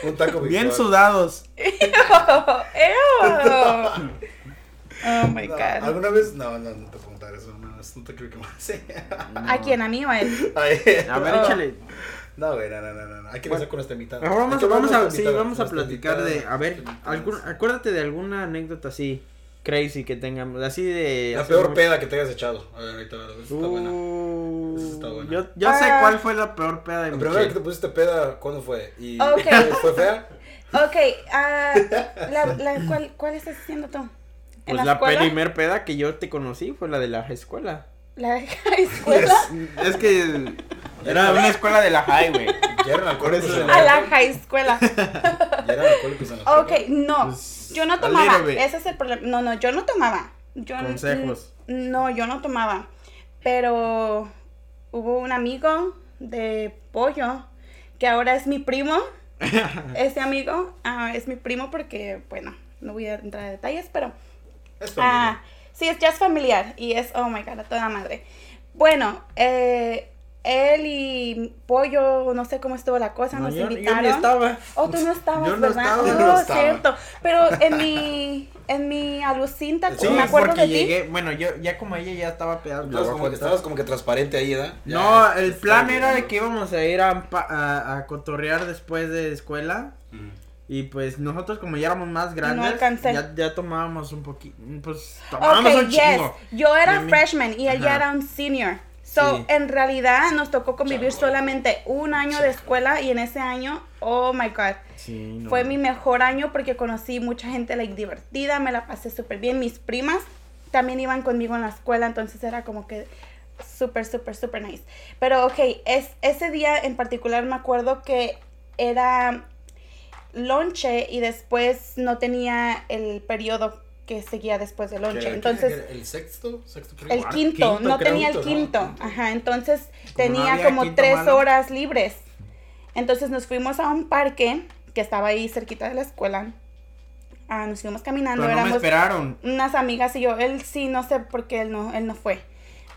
Speaker 3: un taco
Speaker 1: Bien
Speaker 3: virtual.
Speaker 1: sudados.
Speaker 4: Ew. Oh my
Speaker 3: No,
Speaker 4: god.
Speaker 3: ¿Alguna vez? No, no, no te puedo contar eso, no, eso no te creo que me hace.
Speaker 4: ¿A quién? ¿A mí o a él?
Speaker 3: Ay,
Speaker 1: A ver,
Speaker 4: Ah.
Speaker 1: échale.
Speaker 3: No, güey, no, no, no, no, no, hay que
Speaker 1: Bueno,
Speaker 3: empezar con esta mitad.
Speaker 1: Mejor
Speaker 3: Hay
Speaker 1: vamos,
Speaker 3: que
Speaker 1: vamos
Speaker 3: hablar
Speaker 1: a,
Speaker 3: con
Speaker 1: sí,
Speaker 3: esta
Speaker 1: vamos a
Speaker 3: mitad,
Speaker 1: platicar de, a ver,
Speaker 3: esta mitad.
Speaker 1: algún- acuérdate de alguna anécdota así, crazy que tengamos, así de...
Speaker 3: La
Speaker 1: así
Speaker 3: peor
Speaker 1: muy-
Speaker 3: peda que te hayas echado. A ver, ahorita, a ver, está buena.
Speaker 1: Uh,
Speaker 3: Esa está buena.
Speaker 1: Yo, yo sé
Speaker 4: Ah.
Speaker 1: cuál fue la peor peda de
Speaker 3: La
Speaker 1: mi
Speaker 3: primera vez que te pusiste peda, ¿cuándo fue? ¿Y
Speaker 4: Ok.
Speaker 3: fue fea?
Speaker 4: Ok, ah, la, la- ¿cuál, ¿cuál estás haciendo tú? ¿En
Speaker 1: Pues la,
Speaker 4: escuela?
Speaker 1: primer peda que yo te conocí fue la de la escuela.
Speaker 4: ¿La escuela?
Speaker 1: Es que era una escuela de la highway.
Speaker 3: Ya eran alcohólicos.
Speaker 1: eso-
Speaker 3: en
Speaker 4: A
Speaker 3: la-
Speaker 4: la high escuela.
Speaker 3: Ya eran alcohólicos en la
Speaker 4: Ok,
Speaker 3: escuela.
Speaker 4: no.
Speaker 1: Pues,
Speaker 4: Yo
Speaker 1: a
Speaker 4: no tomaba.
Speaker 1: little bit.
Speaker 4: Ese es el problema. No, no, yo no tomaba. Yo n-
Speaker 1: Consejos.
Speaker 4: No, yo no tomaba. Pero hubo un amigo de pollo que ahora es mi primo. Ese amigo ah, es mi primo porque, bueno, no voy a entrar a detalles, pero
Speaker 3: Es
Speaker 4: Ah,
Speaker 3: familia.
Speaker 4: sí, es jazz familiar y es, oh my god, a toda madre. Bueno, eh, él y Pollo, no sé cómo estuvo la cosa,
Speaker 1: No,
Speaker 4: nos
Speaker 1: yo, yo ni
Speaker 4: invitaron.
Speaker 1: estaba.
Speaker 4: Oh, tú no estabas,
Speaker 1: Yo no
Speaker 4: ¿verdad?
Speaker 1: estaba. Yo
Speaker 4: Oh,
Speaker 3: no estaba.
Speaker 4: cierto. Pero en mi, en mi alucinta,
Speaker 3: Sí,
Speaker 4: me acuerdo
Speaker 1: porque
Speaker 4: de ti.
Speaker 1: llegué, bueno, yo ya como ella ya estaba peda.
Speaker 3: Estabas como, que, estabas como que transparente ahí, ¿verdad? Ya,
Speaker 1: No, el
Speaker 3: está
Speaker 1: plan
Speaker 3: bien.
Speaker 1: era de que íbamos a ir a, Ampa- a, a cotorrear después de escuela.
Speaker 3: Mm.
Speaker 1: Y pues nosotros como ya éramos más grandes,
Speaker 4: alcancé.
Speaker 1: ya, ya tomábamos un poquito, pues tomábamos
Speaker 4: Ok,
Speaker 1: un
Speaker 4: yes.
Speaker 1: chingo.
Speaker 4: Yo
Speaker 1: Y
Speaker 4: era
Speaker 1: a mí-
Speaker 4: freshman y él ya
Speaker 1: Ajá.
Speaker 4: era un senior. So,
Speaker 1: Sí.
Speaker 4: en realidad nos tocó convivir
Speaker 3: Chavo.
Speaker 4: solamente un año de escuela y en ese año, oh my god.
Speaker 1: Sí, no.
Speaker 4: Fue mi mejor año porque conocí mucha gente like, divertida, me la pasé súper bien. Mis primas también iban conmigo en la escuela, entonces era como que súper, súper, súper nice. Pero ok, es, ese día en particular me acuerdo que era lonche y después no tenía el periodo que seguía después de
Speaker 3: ¿Qué-
Speaker 4: lonche.
Speaker 3: qué-
Speaker 4: Entonces,
Speaker 3: qué- ¿El sexto? ¿Sexto primo?
Speaker 4: el
Speaker 1: Ah,
Speaker 4: quinto,
Speaker 1: quinto,
Speaker 4: no
Speaker 1: creo.
Speaker 4: tenía el
Speaker 3: Quinto, ¿no?
Speaker 4: quinto.
Speaker 3: Quinto.
Speaker 4: Ajá, entonces
Speaker 1: Como no
Speaker 4: tenía
Speaker 1: había
Speaker 4: como
Speaker 1: quinto
Speaker 4: tres
Speaker 1: malo.
Speaker 4: horas libres. Entonces nos fuimos a un parque que estaba ahí cerquita de la escuela. Ah, nos fuimos caminando,
Speaker 1: Pero no me
Speaker 4: éramos
Speaker 1: esperaron.
Speaker 4: unas amigas y yo, él sí, no sé por qué él no, él no fue.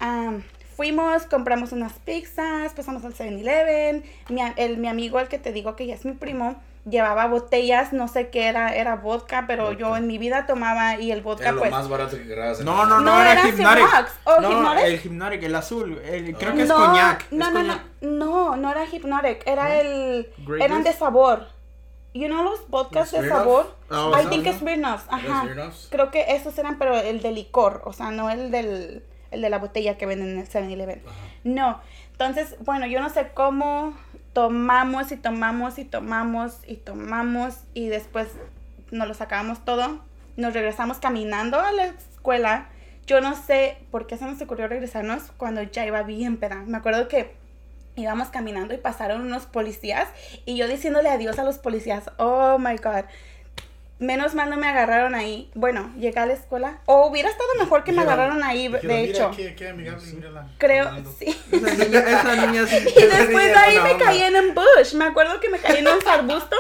Speaker 4: Am, fuimos, compramos unas pizzas, pasamos al 7-Eleven. Mi, a- el- mi amigo, el que te digo que ya es mi primo, llevaba botellas, no sé qué era, era vodka, pero yo en mi vida tomaba y el vodka
Speaker 3: Era lo
Speaker 4: pues...
Speaker 3: más barato que grabas.
Speaker 1: No, no, no,
Speaker 4: No,
Speaker 1: era
Speaker 4: era Oh, Hipnox.
Speaker 1: Hypnotic.
Speaker 4: ¿O
Speaker 1: no,
Speaker 4: Hypnotic?
Speaker 1: el Hypnotic, el azul, el- creo que es
Speaker 4: no,
Speaker 1: coñac.
Speaker 4: No,
Speaker 1: es
Speaker 4: no,
Speaker 1: coñac.
Speaker 4: no, no, no era Hypnotic, era
Speaker 1: ¿No?
Speaker 4: el,
Speaker 1: Grey
Speaker 4: eran de
Speaker 1: Goose?
Speaker 4: sabor. You know los vodkas de
Speaker 3: Smirnoff?
Speaker 4: sabor?
Speaker 1: Ah,
Speaker 4: I
Speaker 1: ¿no?
Speaker 4: think it's Smirnoff's, ajá.
Speaker 3: Smirnoff's?
Speaker 4: Creo que esos eran, pero el de licor, o sea, no el del, el de la botella que venden en el 7-Eleven. No, entonces, bueno, yo no sé cómo tomamos y tomamos y tomamos y tomamos y después nos lo sacábamos todo, nos regresamos caminando a la escuela. Yo no sé por qué se nos ocurrió regresarnos cuando ya iba bien peda. Me acuerdo que íbamos caminando y pasaron unos policías y yo diciéndole adiós a los policías. Oh my god. Menos mal no me agarraron ahí. Bueno, llegué a la escuela. O hubiera estado mejor que me
Speaker 3: Dijeron-
Speaker 4: agáraron ahí,
Speaker 3: Dijeron,
Speaker 4: de
Speaker 3: "Mira,
Speaker 4: hecho.
Speaker 3: Qué, qué amigable, mírala.
Speaker 4: Creo,
Speaker 3: tomando".
Speaker 4: sí.
Speaker 1: Esa niña, esa niña sí.
Speaker 4: Y después de ahí
Speaker 1: Buena
Speaker 4: me
Speaker 1: onda.
Speaker 4: caí en un bush. Me acuerdo que me caí en unos arbustos.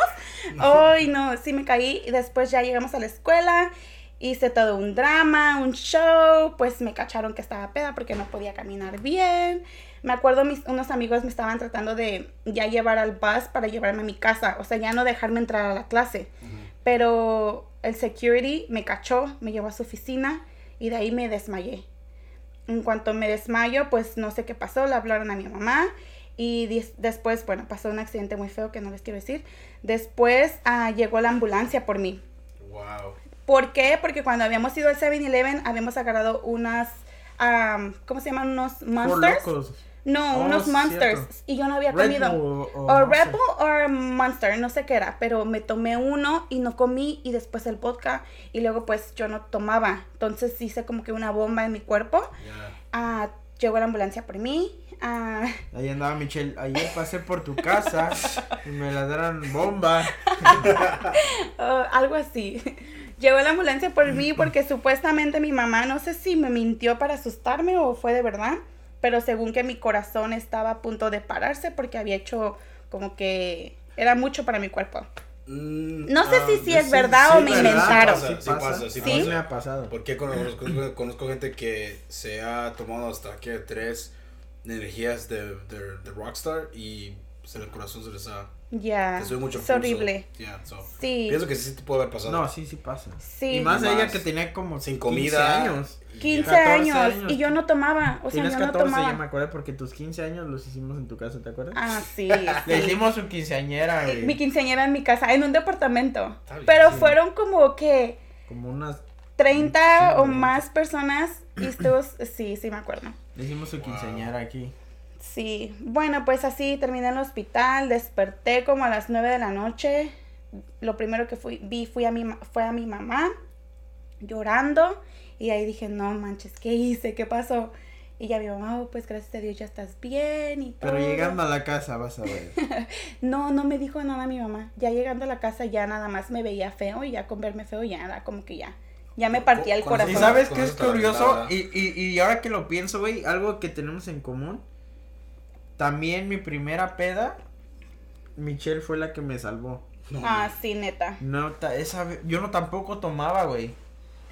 Speaker 4: Ay, no, sí me caí. Y después ya llegamos a la escuela. Hice todo un drama, un show. Pues me cacharon que estaba peda porque no podía caminar bien. Me acuerdo mis, unos amigos me estaban tratando de ya llevar al bus para llevarme a mi casa. O sea, ya no dejarme entrar a la clase. Pero el security me cachó, me llevó a su oficina y de ahí me desmayé. En cuanto me desmayo, pues no sé qué pasó, le hablaron a mi mamá y dis- después, bueno, pasó un accidente muy feo que no les quiero decir. Después ah, llegó la ambulancia por mí.
Speaker 3: Wow.
Speaker 4: ¿Por qué? Porque cuando habíamos ido al 7-Eleven habíamos agarrado unas, am, ¿cómo se llaman? Unos
Speaker 1: Por
Speaker 4: monsters.
Speaker 1: locos.
Speaker 4: No,
Speaker 1: Oh,
Speaker 4: unos
Speaker 1: es
Speaker 4: Monsters.
Speaker 1: cierto.
Speaker 4: Y yo no había
Speaker 1: Red
Speaker 4: comido.
Speaker 1: Bull o- o
Speaker 4: o
Speaker 1: Monster.
Speaker 4: Red Bull o Monster, no sé qué era, pero me tomé uno y no comí y después el vodka y luego pues yo no tomaba. Entonces hice como que una bomba en mi cuerpo. Ah, llegó la ambulancia por mí. Ah,
Speaker 1: Ahí andaba Michelle. Ayer pasé por tu casa y me ladraron bomba.
Speaker 4: Ah, algo así. Llegó la ambulancia por mí porque supuestamente mi mamá, no sé si me mintió para asustarme o fue de verdad, pero según que mi corazón estaba a punto de pararse porque había hecho como que era mucho para mi cuerpo.
Speaker 3: Mm,
Speaker 4: No
Speaker 3: ah,
Speaker 4: sé si- si es verdad o me inventaron.
Speaker 3: Sí pasa, sí
Speaker 4: pasa.
Speaker 1: me ha pasado.
Speaker 3: Porque conozco, conozco gente que se ha tomado hasta que tres energías de, de, de Rockstar y se, el corazón se les ha.
Speaker 4: Ya.
Speaker 3: les sube mucho
Speaker 4: Ah, es
Speaker 3: pulso.
Speaker 4: horrible.
Speaker 3: Yeah, so,
Speaker 4: Sí.
Speaker 3: Pienso que sí te puede haber pasado.
Speaker 1: No, sí, sí pasa.
Speaker 4: Sí.
Speaker 1: Y más
Speaker 3: Más.
Speaker 1: ella que tenía como
Speaker 3: Sin
Speaker 1: 15
Speaker 3: comida.
Speaker 1: años.
Speaker 4: 15
Speaker 1: 14
Speaker 4: años,
Speaker 1: años.
Speaker 4: y yo no tomaba, o sea,
Speaker 1: Tienes
Speaker 4: yo no
Speaker 1: 14, ya me
Speaker 4: tomaba.
Speaker 1: acuerdo, porque tus 15 años los hicimos en tu casa, ¿te acuerdas?
Speaker 4: Ah, sí.
Speaker 1: Le
Speaker 4: sí.
Speaker 1: hicimos su quinceañera, güey.
Speaker 4: Mi quinceañera en mi casa, en un departamento.
Speaker 3: Está bien,
Speaker 4: Pero
Speaker 1: sí.
Speaker 4: fueron como que
Speaker 1: Como unas.
Speaker 4: 30
Speaker 1: Sí,
Speaker 4: o
Speaker 1: güey.
Speaker 4: más personas y estuvo, sí, sí me acuerdo.
Speaker 1: Le hicimos su
Speaker 3: Wow.
Speaker 1: quinceañera aquí.
Speaker 4: Sí, bueno, pues así terminé en el hospital, desperté como a las 9 de la noche. Lo primero que fui, vi fui a mi, ma- fue a mi mamá llorando y ahí dije, no manches, ¿qué hice? ¿Qué pasó? Y ya mi mamá, "Oh, pues gracias a Dios ya estás bien y todo.
Speaker 1: Pero llegando a la casa, vas a ver.
Speaker 4: No, no me dijo nada mi mamá. Ya llegando a la casa ya nada más me veía feo y ya con verme feo ya era como que ya, ya me partía el
Speaker 3: Con- con-
Speaker 4: corazón.
Speaker 1: ¿Y sabes
Speaker 3: Con
Speaker 1: qué es
Speaker 3: eso te la
Speaker 1: curioso?
Speaker 3: aventaba.
Speaker 1: Y, y, y ahora que lo pienso, güey, algo que tenemos en común. También mi primera peda, Michelle fue la que me salvó.
Speaker 3: No,
Speaker 4: Ah, sí, neta.
Speaker 1: No, ta- esa, ve- yo no tampoco tomaba, güey.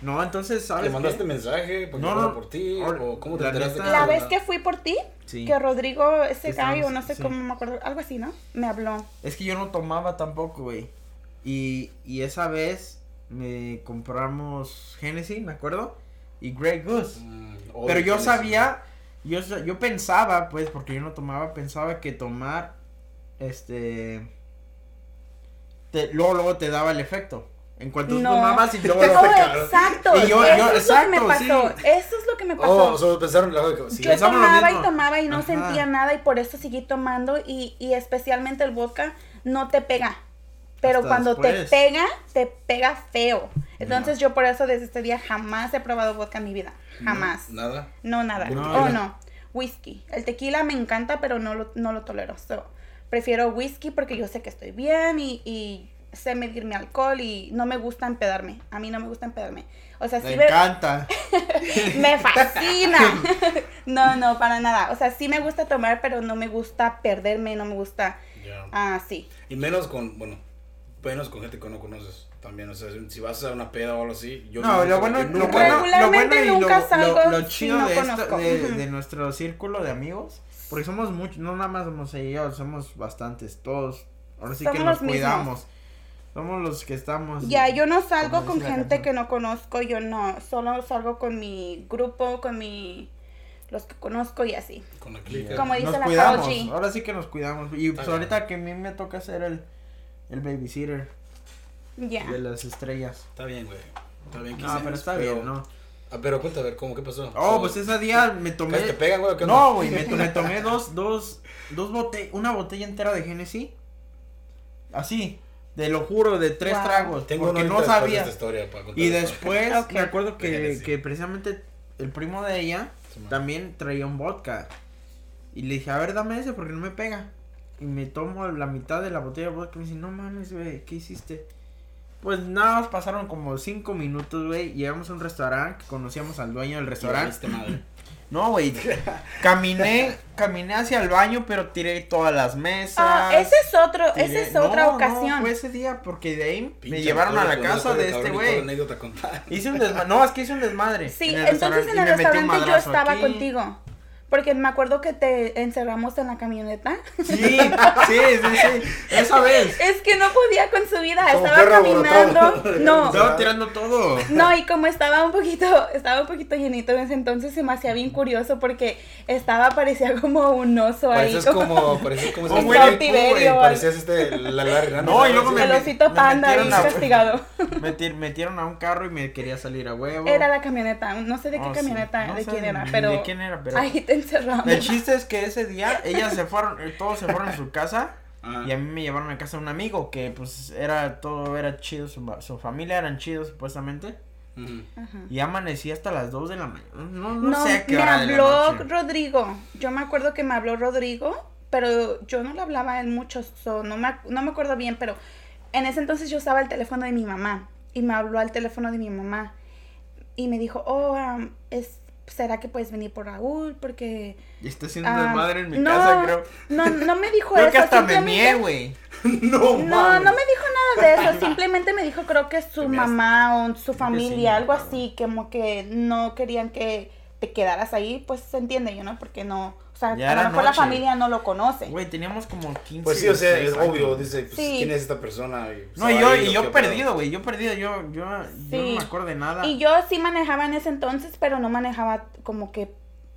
Speaker 1: No, entonces,
Speaker 3: ¿Le
Speaker 1: ¿sabes?
Speaker 3: mandaste
Speaker 1: qué?
Speaker 3: mensaje? Porque
Speaker 1: No,
Speaker 3: no,
Speaker 1: no.
Speaker 3: por ti?
Speaker 1: Ahora,
Speaker 3: ¿O cómo te
Speaker 1: la
Speaker 3: enteraste?
Speaker 1: neta-
Speaker 3: que
Speaker 4: La
Speaker 1: Ah,
Speaker 3: era
Speaker 4: vez
Speaker 3: verdad?
Speaker 4: que fui por ti,
Speaker 1: Sí.
Speaker 4: que Rodrigo ese
Speaker 1: Que
Speaker 4: gallo,
Speaker 1: estábamos-
Speaker 4: no sé
Speaker 1: sí.
Speaker 4: cómo me acuerdo, algo así, ¿no? Me habló.
Speaker 1: Es que yo no tomaba tampoco, güey. Y, y esa vez me compramos Genesis, me acuerdo, y Grey Goose.
Speaker 3: Mm,
Speaker 1: Pero
Speaker 3: obvio,
Speaker 1: yo
Speaker 3: sí.
Speaker 1: sabía, yo, sa- yo pensaba, pues, porque yo no tomaba, pensaba que tomar, este, te- luego, luego te daba el efecto. En cuanto tú
Speaker 4: No.
Speaker 1: tomabas y luego,
Speaker 4: Oh,
Speaker 1: luego te ca-
Speaker 4: exacto.
Speaker 1: Y yo-
Speaker 4: eso
Speaker 1: yo-
Speaker 4: es lo que me
Speaker 1: exacto, sí.
Speaker 4: pasó. Eso es lo que me pasó.
Speaker 3: Oh, solo pensaron la que sí.
Speaker 4: yo
Speaker 1: pensamos lo
Speaker 4: tomaba y
Speaker 1: mismo.
Speaker 4: tomaba y no
Speaker 1: Ajá.
Speaker 4: sentía nada y por eso seguí tomando y, y especialmente el vodka no te pega. Pero
Speaker 1: Hasta
Speaker 4: cuando
Speaker 1: después.
Speaker 4: te pega, te pega feo. Entonces yo por eso desde este día jamás he probado vodka en mi vida. Jamás. No,
Speaker 3: Nada.
Speaker 4: nada.
Speaker 1: No,
Speaker 4: oh,
Speaker 1: yo-
Speaker 4: no. Whisky. El tequila me encanta, pero no lo, no lo tolero. So, prefiero whisky porque yo sé que estoy bien y, y sé medir mi alcohol y no me gusta empedarme. A mí no me gusta empedarme. O sea,
Speaker 1: me
Speaker 4: sí me,
Speaker 1: encanta.
Speaker 4: me fascina. No, no, para nada. O sea, sí me gusta tomar, pero no me gusta perderme, no me gusta ah,
Speaker 3: Ya.
Speaker 4: así.
Speaker 3: Y menos con, bueno, menos con gente que no conoces también. O sea, si vas a una peda o algo así, yo
Speaker 1: No, lo
Speaker 3: nunca-
Speaker 1: bueno,
Speaker 3: yo
Speaker 1: lo
Speaker 3: nunca-
Speaker 1: bueno, lo bueno
Speaker 4: Regularmente
Speaker 1: y lo,
Speaker 4: nunca
Speaker 1: lo-
Speaker 4: salgo
Speaker 1: lo
Speaker 4: si
Speaker 1: chido
Speaker 4: no
Speaker 1: de, esto-
Speaker 4: conozco.
Speaker 1: de-
Speaker 4: Ujú.
Speaker 1: de nuestro círculo de amigos, porque somos muchos, no nada más somos ellos, somos bastantes, todos, ahora sí que
Speaker 4: Somos
Speaker 1: nos
Speaker 4: los mismos.
Speaker 1: cuidamos, somos los que estamos.
Speaker 4: Ya, yo no salgo
Speaker 1: Ah, Como
Speaker 4: con
Speaker 1: dice la
Speaker 4: gente
Speaker 1: canción.
Speaker 4: que no conozco, yo no. Solo salgo con mi grupo, con mi los que conozco y así.
Speaker 3: Con la clica.
Speaker 4: Como dice
Speaker 1: nos
Speaker 4: la
Speaker 1: cuidamos,
Speaker 4: Karol G.
Speaker 1: ahora sí que nos cuidamos. Y pues
Speaker 3: bien.
Speaker 1: ahorita que a mí me toca ser el, el babysitter
Speaker 4: Ya.
Speaker 1: de las estrellas.
Speaker 3: Está bien, güey. Está bien que
Speaker 1: No,
Speaker 3: hicimos,
Speaker 1: pero está bien, ¿no?
Speaker 3: Ah, pero cuenta, a ver, ¿cómo? ¿Qué pasó?
Speaker 1: Oh, pues ese día me tomé.
Speaker 3: ¿Crees que pegan, güey? o qué
Speaker 1: No,
Speaker 3: onda?
Speaker 1: güey, me, to- me tomé dos, dos, dos bote- una botella entera de Genesis. Así, te lo juro, de tres
Speaker 4: Wow.
Speaker 1: tragos.
Speaker 3: Tengo
Speaker 1: porque
Speaker 3: una
Speaker 1: no
Speaker 3: ahorita este? después
Speaker 1: sabía.
Speaker 3: de esta historia para contar
Speaker 1: Y
Speaker 3: esto.
Speaker 1: después
Speaker 4: Ok.
Speaker 1: me acuerdo que,
Speaker 3: Déjense.
Speaker 1: que precisamente el primo de ella
Speaker 3: Simón.
Speaker 1: también traía un vodka. Y le dije, a ver, dame ese porque no me pega. Y me tomo la mitad de la botella de vodka y me dice, no mames, güey, ¿qué hiciste? Pues nada más pasaron como cinco minutos, güey. Llegamos a un restaurante, conocíamos al dueño del
Speaker 3: Y valiste
Speaker 1: restaurante.
Speaker 3: este madre.
Speaker 1: No, güey. Caminé, caminé hacia el baño, pero tiré todas las mesas.
Speaker 4: Ah, ese es otro, esa
Speaker 1: tiré-
Speaker 4: es otra
Speaker 1: No, pues, no,
Speaker 4: ocasión.
Speaker 1: fue ese día porque de ahí me
Speaker 3: Pinche
Speaker 1: llevaron a
Speaker 3: Antonio,
Speaker 1: la
Speaker 3: con
Speaker 1: casa
Speaker 3: historia,
Speaker 1: de este
Speaker 3: cabrón, y
Speaker 1: güey.
Speaker 3: toda anécdota contada.
Speaker 1: Hice un desmadre. No, es que hice un desmadre.
Speaker 4: Sí,
Speaker 1: en el
Speaker 4: entonces
Speaker 1: restaurante,
Speaker 4: en
Speaker 1: y
Speaker 4: el
Speaker 1: me metí un
Speaker 4: restaurante yo
Speaker 1: madrazo
Speaker 4: estaba
Speaker 1: aquí.
Speaker 4: contigo. Porque me acuerdo que te encerramos en la camioneta.
Speaker 1: Sí, sí, sí, sí. Esa vez.
Speaker 4: Es que no podía con su vida,
Speaker 3: Como
Speaker 4: estaba
Speaker 3: perro alborotado.
Speaker 4: caminando. No,
Speaker 1: Estaba tirando todo.
Speaker 4: No, y como estaba un poquito, estaba un poquito llenito en ese entonces, se me hacía bien curioso porque estaba, parecía como un oso
Speaker 1: Pues
Speaker 4: ahí.
Speaker 3: Pareces como, pareces como... este
Speaker 1: Como
Speaker 3: ese-
Speaker 1: Winnie the Pooh, güey,
Speaker 4: cautiverio.
Speaker 3: Pareces este, la Larry Rand,
Speaker 1: No, y luego me-
Speaker 4: el
Speaker 1: me
Speaker 4: osito panda ahí
Speaker 1: metieron a-
Speaker 4: castigado.
Speaker 1: Metir- metieron a un carro y me quería salir a huevo.
Speaker 4: Era la camioneta, no sé de qué
Speaker 1: Oh, sí.
Speaker 4: camioneta,
Speaker 1: No
Speaker 4: de
Speaker 1: sé
Speaker 4: quién era,
Speaker 1: ni
Speaker 4: pero
Speaker 1: de quién era, pero-
Speaker 4: ahí te encerramos.
Speaker 1: El chiste es que ese día ellas se fueron, eh, todos se fueron a su casa
Speaker 2: Ajá.
Speaker 3: Ah,
Speaker 1: y a mí me llevaron a casa de un amigo que pues era todo, era chido, su, ma- su familia eran chidos supuestamente
Speaker 3: Ujú.
Speaker 4: Ajá.
Speaker 1: y amanecí hasta las 2 de la mañana. No, no,
Speaker 4: No,
Speaker 1: sé a qué
Speaker 4: me
Speaker 1: hora de la
Speaker 4: habló
Speaker 1: noche.
Speaker 4: Rodrigo. Yo me acuerdo que me habló Rodrigo, pero yo no le hablaba a él mucho, so, no, me, ac- no me acuerdo bien, pero en ese entonces yo usaba el teléfono de mi mamá y me habló al teléfono de mi mamá y me dijo, oh, um, es, ¿será que puedes venir por Raúl? Porque...
Speaker 1: Y está haciendo
Speaker 4: ah,
Speaker 1: desmadre en mi
Speaker 4: no,
Speaker 1: casa, creo.
Speaker 4: No, no me dijo
Speaker 1: Creo
Speaker 4: eso.
Speaker 1: que hasta me
Speaker 4: simplemente-
Speaker 1: mié, güey.
Speaker 3: No,
Speaker 4: no,
Speaker 3: mames.
Speaker 4: no me dijo nada de eso, simplemente me dijo creo que su mamá o su
Speaker 1: sí,
Speaker 4: familia, algo
Speaker 1: claro.
Speaker 4: así, como que no querían que te quedaras ahí, pues se entiende, yo no, porque no, o sea,
Speaker 1: Ya
Speaker 4: a lo
Speaker 1: era
Speaker 4: mejor la
Speaker 1: noche.
Speaker 4: familia no lo conoce.
Speaker 1: Güey, teníamos como 15.
Speaker 3: Pues sí, o sea,
Speaker 1: 16
Speaker 3: es obvio,
Speaker 1: años.
Speaker 3: dice, pues,
Speaker 4: Sí.
Speaker 3: ¿quién es esta persona? Y, pues,
Speaker 1: No, y
Speaker 3: ahí,
Speaker 1: yo,
Speaker 3: lo
Speaker 1: y
Speaker 3: que
Speaker 1: yo
Speaker 3: pedo.
Speaker 1: perdido, güey. Yo perdido, yo, yo, yo no
Speaker 4: Sí.
Speaker 1: me acuerdo de nada.
Speaker 4: Y yo sí manejaba en ese entonces, pero no manejaba como que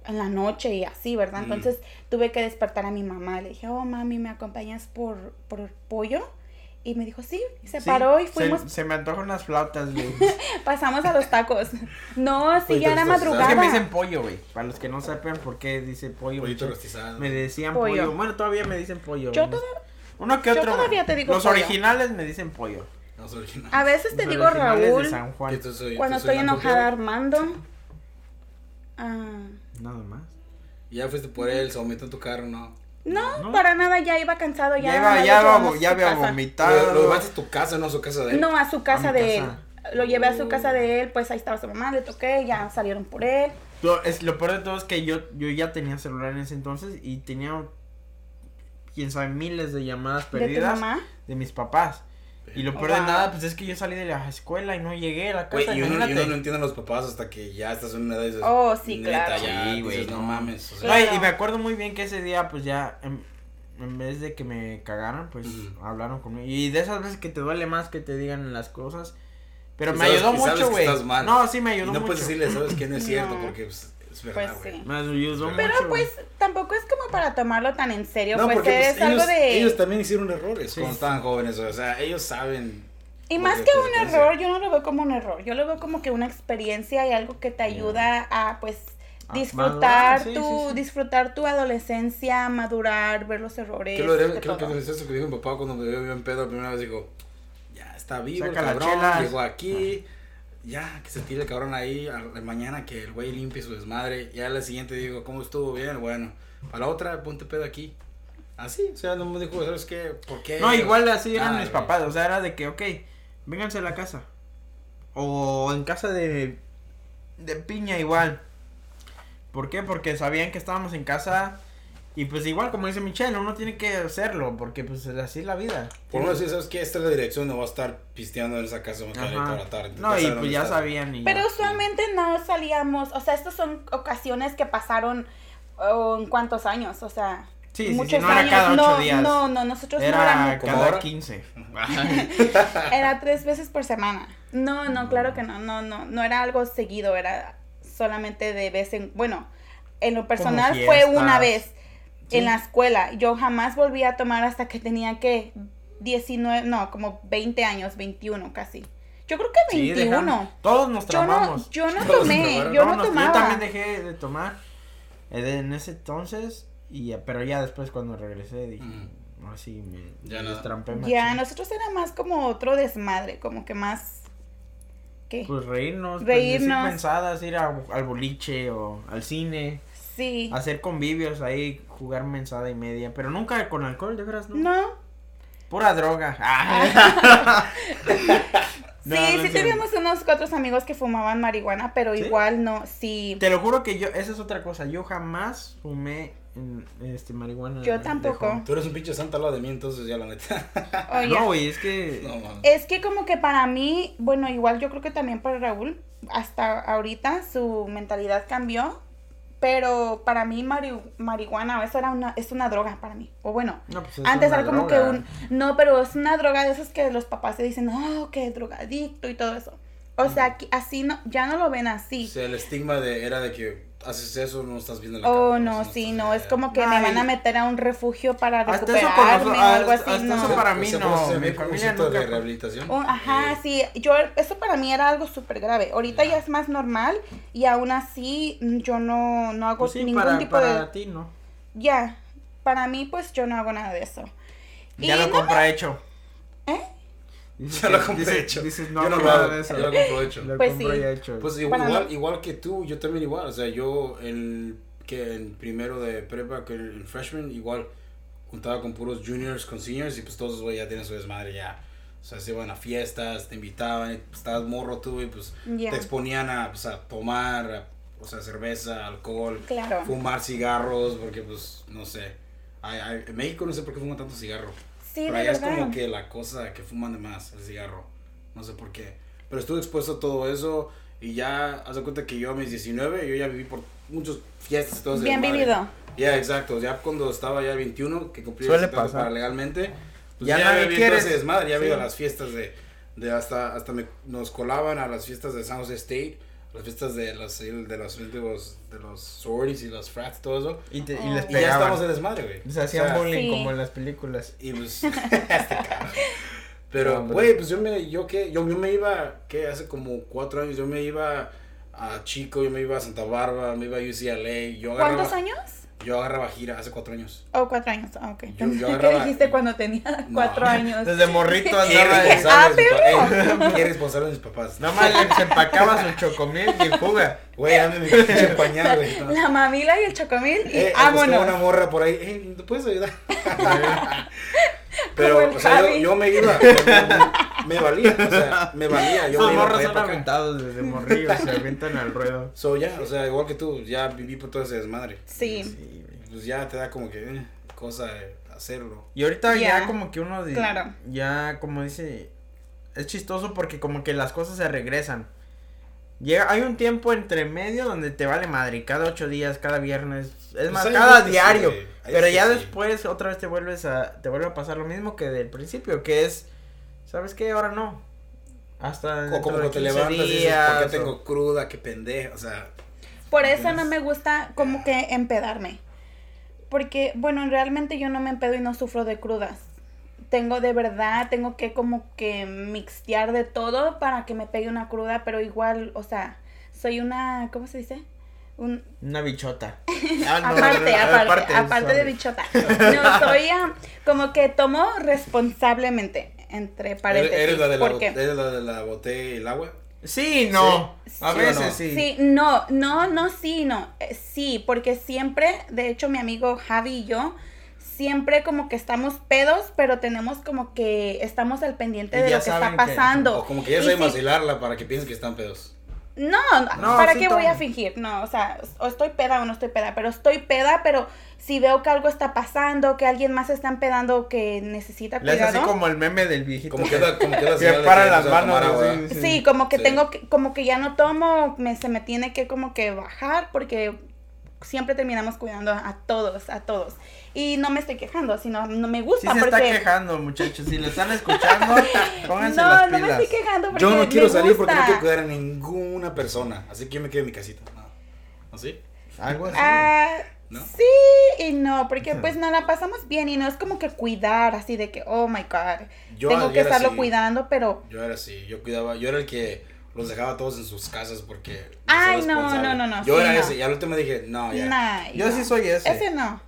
Speaker 4: en la noche y así,
Speaker 1: Mm.
Speaker 4: ¿verdad? Entonces tuve que despertar a mi mamá, le dije, oh mami, ¿me acompañas por, por pollo? Y me dijo, sí, y se
Speaker 1: Sí,
Speaker 4: paró y
Speaker 1: se-
Speaker 4: fuimos,
Speaker 1: Se, me antojan unas flautas, güey.
Speaker 4: pasamos a los tacos. No, sí,
Speaker 3: Pollitos
Speaker 4: ya
Speaker 3: rostizados.
Speaker 4: era
Speaker 1: Es
Speaker 4: madrugada.
Speaker 1: que me dicen pollo, güey. Para los que no sepan por qué dice pollo.
Speaker 3: Pollito
Speaker 1: me-
Speaker 3: rostizado.
Speaker 1: Me decían
Speaker 4: Pollo.
Speaker 1: pollo. Bueno, todavía me dicen pollo.
Speaker 4: Yo
Speaker 1: güey.
Speaker 4: toda-
Speaker 1: Uno que
Speaker 4: yo
Speaker 1: otro.
Speaker 4: todavía te digo
Speaker 1: Los
Speaker 4: pollo.
Speaker 1: originales me dicen pollo.
Speaker 3: No soy original.
Speaker 4: A veces te
Speaker 1: Los
Speaker 4: digo
Speaker 1: originales de
Speaker 4: Raúl
Speaker 1: San Juan.
Speaker 3: Que tú soy-
Speaker 4: Ah, cuando
Speaker 3: tú soy
Speaker 4: estoy
Speaker 3: la
Speaker 4: enojada
Speaker 3: copia.
Speaker 4: Armando. Ah,
Speaker 1: Nada más.
Speaker 3: Ya fuiste por él, se aumentó tu carro, ¿no?
Speaker 4: no,
Speaker 1: No.
Speaker 4: para nada, ya iba cansado, ya.
Speaker 1: Ya, iba,
Speaker 4: lo
Speaker 1: ya, iba,
Speaker 4: llevamos
Speaker 1: vo-
Speaker 4: a
Speaker 1: ya
Speaker 4: su
Speaker 1: había
Speaker 4: casa.
Speaker 1: vomitado.
Speaker 3: Lo, lo llevaste a tu casa, no a su casa de él.
Speaker 4: No, a su casa
Speaker 1: mi
Speaker 4: de
Speaker 1: casa.
Speaker 4: él. Lo llevé a su
Speaker 3: Oh.
Speaker 4: casa de él, pues ahí estaba su mamá, le toqué, ya salieron por él.
Speaker 1: Lo, es, lo peor de todo es que yo, yo ya tenía celular en ese entonces y tenía, quién sabe, miles de llamadas
Speaker 4: ¿De tu
Speaker 1: perdidas de,
Speaker 4: mamá?
Speaker 1: mis papás. Y lo peor de
Speaker 4: Wow.
Speaker 1: nada, pues es que yo salí de la escuela y no llegué a la
Speaker 3: Güey,
Speaker 1: casa.
Speaker 3: y uno, y uno
Speaker 1: imagínate.
Speaker 3: no entiende a los papás hasta que ya estás en una edad y dices,
Speaker 4: Oh, sí,
Speaker 3: neta,
Speaker 4: claro.
Speaker 3: ya,
Speaker 1: Sí, güey,
Speaker 3: dices, no
Speaker 1: no.
Speaker 3: mames. o sea,
Speaker 1: No, y-
Speaker 4: Claro.
Speaker 1: y me acuerdo muy bien que ese día, pues ya, en, en vez de que me cagaran, pues
Speaker 3: Ujú.
Speaker 1: hablaron conmigo. Y de esas veces que te duele más que te digan las cosas. Pero
Speaker 3: Y
Speaker 1: me
Speaker 3: sabes-
Speaker 1: ayudó
Speaker 3: y sabes
Speaker 1: mucho,
Speaker 3: que
Speaker 1: güey.
Speaker 3: estás mal.
Speaker 1: No, sí, me
Speaker 3: y
Speaker 1: ayudó
Speaker 3: no
Speaker 1: mucho.
Speaker 3: puedes decirle, sabes que no es cierto,
Speaker 4: No.
Speaker 3: porque pues, es
Speaker 4: Pues
Speaker 3: verdad, güey.
Speaker 4: sí.
Speaker 1: Me ayudó
Speaker 3: Pero,
Speaker 1: mucho.
Speaker 4: Pero
Speaker 1: güey.
Speaker 4: pues tampoco es como para tomarlo tan en serio,
Speaker 3: No,
Speaker 4: pues
Speaker 3: porque
Speaker 4: es
Speaker 3: pues, ellos,
Speaker 4: algo de...
Speaker 3: ellos también hicieron errores
Speaker 1: Sí.
Speaker 3: cuando estaban jóvenes, o sea, ellos saben.
Speaker 4: Y
Speaker 3: lo
Speaker 4: más
Speaker 3: que
Speaker 4: que
Speaker 3: puede
Speaker 4: un
Speaker 3: crecer.
Speaker 4: error, yo no lo veo como un error, yo lo veo como que una experiencia y algo que te ayuda a pues
Speaker 1: A
Speaker 4: disfrutar
Speaker 1: madurar, sí,
Speaker 4: tu
Speaker 1: sí, sí.
Speaker 4: disfrutar tu adolescencia, madurar, ver los errores.
Speaker 3: Creo que
Speaker 4: de
Speaker 3: era- creo que
Speaker 4: todo.
Speaker 3: es eso que dijo mi papá cuando me vio bien pedo la primera vez, dijo, ya está vivo
Speaker 1: Saca
Speaker 3: el
Speaker 1: las
Speaker 3: cabrón,
Speaker 1: chelas.
Speaker 3: llegó aquí, ya, que se tire el cabrón ahí, a la mañana que el güey limpie su desmadre, ya la siguiente digo, ¿cómo estuvo? Bien, bueno, para la otra, ponte pedo aquí. Así, o sea, no me dijo, ¿sabes qué? ¿Por qué?
Speaker 1: No, igual así eran
Speaker 3: Eh, Nada,
Speaker 1: mis
Speaker 3: güey.
Speaker 1: papás. O sea, era de que, ok, vénganse a la casa. O en casa de, de piña igual. ¿Por qué? Porque sabían que estábamos en casa. Y pues igual, como dice Michelle, uno tiene que hacerlo. Porque pues así es la vida.
Speaker 3: Por lo menos, sí, ¿sabes qué? Esta es la dirección, no va a estar pisteando en esa casa, me voy a quedar ahí
Speaker 1: Ajá.
Speaker 3: toda la tarde.
Speaker 1: No, y
Speaker 3: saben
Speaker 1: pues
Speaker 3: dónde
Speaker 1: ya
Speaker 3: está.
Speaker 1: sabían. Y
Speaker 4: Pero
Speaker 1: ya.
Speaker 4: usualmente no salíamos, o sea, estas son ocasiones que pasaron oh, en cuántos años, o sea,
Speaker 1: Sí, sí, sí,
Speaker 4: muchos
Speaker 1: no era
Speaker 4: años.
Speaker 1: cada ocho
Speaker 4: no,
Speaker 1: días.
Speaker 4: no, no, nosotros no
Speaker 1: Era
Speaker 4: éramos,
Speaker 3: ¿Como
Speaker 1: cada
Speaker 3: ahora?
Speaker 1: 15.
Speaker 4: era tres veces por semana. No, no, claro que no, no, no, no era algo seguido, era solamente de vez en, bueno, en lo personal fue
Speaker 1: fiestas.
Speaker 4: una vez
Speaker 1: Sí.
Speaker 4: en la escuela. Yo jamás volví a tomar hasta que tenía que 19, no, como 20 años, 21 casi. Yo creo que
Speaker 1: Sí,
Speaker 4: 21.
Speaker 1: dejamos- todos nos
Speaker 4: yo no,
Speaker 1: tramamos.
Speaker 4: yo no
Speaker 3: Todos
Speaker 4: tomé,
Speaker 3: tomaron.
Speaker 4: yo
Speaker 1: Todos
Speaker 4: no
Speaker 1: nos-
Speaker 4: tomaba.
Speaker 1: también dejé de tomar eh, de- en ese entonces. Y, ya- pero ya después cuando regresé dije,
Speaker 3: Mm.
Speaker 1: no, sí, me,
Speaker 3: Ya
Speaker 1: me
Speaker 3: no.
Speaker 1: destrampé
Speaker 4: Ya,
Speaker 1: machín".
Speaker 4: nosotros era más como otro desmadre, como que más... ¿Qué?
Speaker 1: Pues reírnos, pues,
Speaker 4: Reírnos.
Speaker 1: decir pensadas, ir a- al boliche o al cine,
Speaker 4: sí.
Speaker 1: hacer convivios ahí, jugar mensada y media, pero nunca con alcohol, de veras, ¿no?
Speaker 4: No.
Speaker 1: Pura droga. Ah. No,
Speaker 4: sí,
Speaker 1: no
Speaker 4: sí
Speaker 1: es cierto.
Speaker 4: teníamos unos cuatro amigos que fumaban marihuana, pero
Speaker 1: ¿Sí?
Speaker 4: igual no, sí.
Speaker 1: Te lo juro que yo, esa es otra cosa, yo jamás fumé mm, este marihuana.
Speaker 4: Yo
Speaker 1: de
Speaker 4: tampoco.
Speaker 1: joven.
Speaker 3: Tú eres un pinche santa al lado de mí, entonces ya la neta.
Speaker 4: Oye,
Speaker 1: No, güey, es que
Speaker 3: No, mames.
Speaker 4: Es que como que para mí, bueno, igual yo creo que también para Raúl, hasta ahorita su mentalidad cambió, pero para mí mari- marihuana, eso era una, es una droga para mí, o bueno,
Speaker 1: No, pues, es
Speaker 4: antes
Speaker 1: una
Speaker 4: era como
Speaker 1: droga.
Speaker 4: que un, no, pero es una droga de esas que los papás te dicen, oh, que drogadicto y todo eso. O sea, aquí- así no, ya no lo ven así.
Speaker 3: O sea, el estigma de, era de que, haces eso, no estás viendo la
Speaker 4: Oh,
Speaker 3: cámara,
Speaker 4: no,
Speaker 3: estás
Speaker 4: sí,
Speaker 3: viendo
Speaker 4: no,
Speaker 3: la-
Speaker 4: es como que me
Speaker 1: Ay.
Speaker 4: van a meter a un refugio para
Speaker 1: Hasta eso con
Speaker 4: recuperarme
Speaker 1: nosotros-
Speaker 4: o algo
Speaker 1: hasta-
Speaker 4: así,
Speaker 1: hasta
Speaker 4: no.
Speaker 1: eso para mí
Speaker 3: Se- se-
Speaker 1: no,
Speaker 3: se-
Speaker 1: mi
Speaker 3: un
Speaker 1: familia
Speaker 3: centro de
Speaker 1: nunca-
Speaker 3: rehabilitación.
Speaker 4: Un- Oh, ajá,
Speaker 3: Eh,
Speaker 4: sí, yo, eso para mí era algo súper grave. Ahorita ya es más normal y aún así mm, yo no, no hago
Speaker 1: Pues sí,
Speaker 4: ningún
Speaker 1: para,
Speaker 4: tipo
Speaker 1: para
Speaker 4: de...
Speaker 1: ti, ¿no?
Speaker 4: Ya, para mí pues yo no hago nada de eso.
Speaker 1: Ya
Speaker 4: Y
Speaker 1: lo
Speaker 4: no
Speaker 1: compra hecho.
Speaker 4: ¿Eh?
Speaker 1: Dices
Speaker 3: Ya
Speaker 1: que-
Speaker 3: lo compré
Speaker 1: dices-
Speaker 3: hecho.
Speaker 1: Dices, no,
Speaker 3: yo no
Speaker 1: hago
Speaker 3: lo
Speaker 1: nada
Speaker 3: hago,
Speaker 1: de eso.
Speaker 3: yo lo compro hecho.
Speaker 1: Lo
Speaker 4: Pues
Speaker 1: compro
Speaker 4: sí.
Speaker 1: ya hecho.
Speaker 3: Pues digo,
Speaker 4: Para
Speaker 3: igual,
Speaker 4: no-
Speaker 3: igual que tú, yo también igual. O sea, yo el que en primero de prepa, que en en freshman, igual juntaba con puros juniors, con seniors, y pues todos güey, ya tienen su desmadre ya. O sea, se iban a fiestas, te invitaban, y pues, estabas morro tú, y pues
Speaker 4: Ya.
Speaker 3: te exponían a, pues, a tomar, a- o sea, cerveza, alcohol,
Speaker 4: Claro.
Speaker 3: fumar cigarros, porque pues, no sé. Ay, ay, en México no sé por qué fuman tanto cigarro.
Speaker 4: Sí, de
Speaker 3: Pero allá es
Speaker 4: verdad.
Speaker 3: como que la cosa que fuman de más, el cigarro. No sé por qué. Pero estuve expuesto a todo eso y ya, haz de cuenta que yo a mis 19, yo ya viví por muchas fiestas. y todo ese
Speaker 4: Bien
Speaker 3: desmadre.
Speaker 4: vivido.
Speaker 3: Ya, exacto. Ya cuando estaba ya 21, que cumplí
Speaker 1: Suele
Speaker 3: 18
Speaker 1: pasar.
Speaker 3: para legalmente, pues
Speaker 1: Ya
Speaker 3: ya,
Speaker 1: nadie
Speaker 3: había vivido
Speaker 1: quiere.
Speaker 3: ese desmadre. Ya había ido
Speaker 1: Sí.
Speaker 3: a las fiestas de, de hasta, hasta me- nos colaban a las fiestas de San Jose State, a las fiestas de los, de los, de los, de los sororities y los frats, todo eso.
Speaker 1: Y, te- y
Speaker 4: Oh.
Speaker 1: les
Speaker 3: Y ya
Speaker 1: pegaban.
Speaker 3: estamos en desmadre, güey.
Speaker 1: Les hacían
Speaker 3: O sea,
Speaker 1: bullying
Speaker 4: Sí.
Speaker 1: como en las películas.
Speaker 3: y pues. este cabrón.
Speaker 1: No,
Speaker 3: Pero,
Speaker 1: hombre.
Speaker 3: güey, pues yo me, yo qué, yo, yo me iba, ¿qué? Hace como cuatro años, yo me iba a Chico, yo me iba a Santa Bárbara, me iba a UCLA, yo agarraba,
Speaker 4: ¿Cuántos años?
Speaker 3: yo agarraba gira hace cuatro años.
Speaker 4: Oh, cuatro años, ah, ok.
Speaker 3: Yo-
Speaker 4: Pensé
Speaker 3: yo
Speaker 4: que
Speaker 3: agarraba-
Speaker 4: dijiste cuando tenía
Speaker 3: No.
Speaker 4: cuatro años.
Speaker 1: Desde morrito
Speaker 3: Qué
Speaker 1: andaba.
Speaker 4: dije,
Speaker 1: de-
Speaker 4: "Ah,
Speaker 3: responsable de mis pa- Ey, qué responsable de mis papás.
Speaker 1: Nada más les empacaba su chocomil y fuga.
Speaker 3: Güey, dame mi pinche pañal, güey. ¿no?
Speaker 4: La mamila y el chocomil y
Speaker 3: Eh, buscaba
Speaker 4: vámonos.
Speaker 3: una morra por ahí, eh, ¿te puedes ayudar?
Speaker 4: Ah, Como
Speaker 3: Pero,
Speaker 4: el
Speaker 3: o sea, yo,
Speaker 4: Javi.
Speaker 3: yo me iba, me, me valía, o sea, me valía. Yo
Speaker 1: Esos
Speaker 3: me iba
Speaker 1: morros
Speaker 3: para allá,
Speaker 1: son
Speaker 3: para acá.
Speaker 1: aventados desde morrillos, se avientan al ruedo.
Speaker 3: So, ya, o sea, igual que tú, ya viví por todo ese desmadre.
Speaker 4: Sí,
Speaker 1: Sí, güey.
Speaker 3: Pues ya te da como que eh, cosa de hacerlo.
Speaker 1: Y ahorita
Speaker 4: Ya.
Speaker 1: ya como que uno de,
Speaker 4: Claro.
Speaker 1: ya como dice, es chistoso porque como que las cosas se regresan. Llega, hay un tiempo entre medio donde te vale madre, cada ocho días, cada viernes, es
Speaker 3: Pues
Speaker 1: más,
Speaker 3: hay
Speaker 1: cada
Speaker 3: veces
Speaker 1: diario.
Speaker 3: que- hay
Speaker 1: pero
Speaker 3: veces
Speaker 1: ya
Speaker 3: que sí.
Speaker 1: después otra vez te vuelves a, te vuelve a pasar lo mismo que del principio, que es, ¿sabes qué? Ahora no. Hasta
Speaker 3: O como
Speaker 1: dentro de
Speaker 3: que te
Speaker 1: 15
Speaker 3: levantas y dices, ¿por qué
Speaker 1: días, o-
Speaker 3: tengo cruda? Qué pendeja. O sea,
Speaker 4: por eso no me gusta como que empedarme. Porque, bueno, realmente yo no me empedo y no sufro de crudas. Tengo de verdad, tengo que como que mixtear de todo para que me pegue una cruda, pero igual, o sea, soy una, ¿cómo se dice? Un,
Speaker 1: Una bichota. Ah, no,
Speaker 4: aparte,
Speaker 1: no, no,
Speaker 4: aparte, aparte, de
Speaker 1: sorry.
Speaker 4: bichota. No, soy ah, como que tomo responsablemente, entre
Speaker 3: eres,
Speaker 4: paréntesis.
Speaker 3: eres la de la,
Speaker 4: porque-
Speaker 3: bot- eres la de la botella y el agua.
Speaker 1: Sí, no.
Speaker 3: Sí.
Speaker 1: A
Speaker 3: Sí o
Speaker 1: veces
Speaker 3: no.
Speaker 1: sí.
Speaker 4: Sí, no, no, no, sí, no. Eh, Sí, porque siempre, de hecho, mi amigo Javi y yo, siempre como que estamos pedos, pero tenemos como que estamos al pendiente
Speaker 1: Y
Speaker 4: de
Speaker 1: ya
Speaker 4: lo que está
Speaker 1: saben que-
Speaker 4: pasando.
Speaker 3: O como que ya
Speaker 4: Y
Speaker 3: sabe
Speaker 4: sí-
Speaker 3: vacilarla para que piensen que están pedos.
Speaker 4: No,
Speaker 1: No,
Speaker 4: ¿para
Speaker 1: sí
Speaker 4: qué voy a
Speaker 1: tomo.
Speaker 4: fingir? No, o sea, o estoy peda o no estoy peda, pero estoy peda, pero si veo que algo está pasando, que alguien más está empedando, que necesita
Speaker 1: Le hace así
Speaker 4: cuidado.
Speaker 1: como el meme del viejito.
Speaker 3: Como que da, como que da
Speaker 1: que
Speaker 3: señal de
Speaker 1: para
Speaker 3: ya
Speaker 1: las
Speaker 3: empezaron a
Speaker 1: manos.
Speaker 3: tomar agua.
Speaker 1: así,
Speaker 4: Sí, como que
Speaker 3: Sí.
Speaker 4: tengo que, como que ya no tomo, me, se me tiene que como que bajar porque siempre terminamos cuidando a todos, a todos. Y no me estoy quejando, sino no me
Speaker 1: Sí
Speaker 4: gusta
Speaker 1: se está
Speaker 4: porque
Speaker 1: quejando, muchachos. Si lo están escuchando, pónganse
Speaker 4: no,
Speaker 1: las
Speaker 4: no me
Speaker 1: pilas.
Speaker 4: estoy quejando porque
Speaker 3: Yo no quiero
Speaker 4: me
Speaker 3: salir porque no
Speaker 4: gusta.
Speaker 3: quiero cuidar a ninguna persona. Así que yo me quedo en mi casita. No. ¿Así?
Speaker 1: Algo así.
Speaker 4: Ah,
Speaker 3: ¿No?
Speaker 4: sí y no, porque
Speaker 1: Ujú.
Speaker 4: pues no la pasamos bien y no es como que cuidar así de que oh my god,
Speaker 3: Yo,
Speaker 4: tengo
Speaker 3: yo
Speaker 4: que
Speaker 3: era
Speaker 4: estarlo
Speaker 3: así.
Speaker 4: cuidando, pero
Speaker 3: Yo era así, yo cuidaba, yo era el que los dejaba todos en sus casas porque... yo soy
Speaker 4: Ay, no,
Speaker 3: responsable.
Speaker 4: no, no, no,
Speaker 3: Yo
Speaker 4: sí,
Speaker 3: era
Speaker 4: no.
Speaker 3: ese, y al último dije, no, Ah, ya.
Speaker 4: nah,
Speaker 1: Yo
Speaker 4: no.
Speaker 1: sí soy ese.
Speaker 4: Ese no.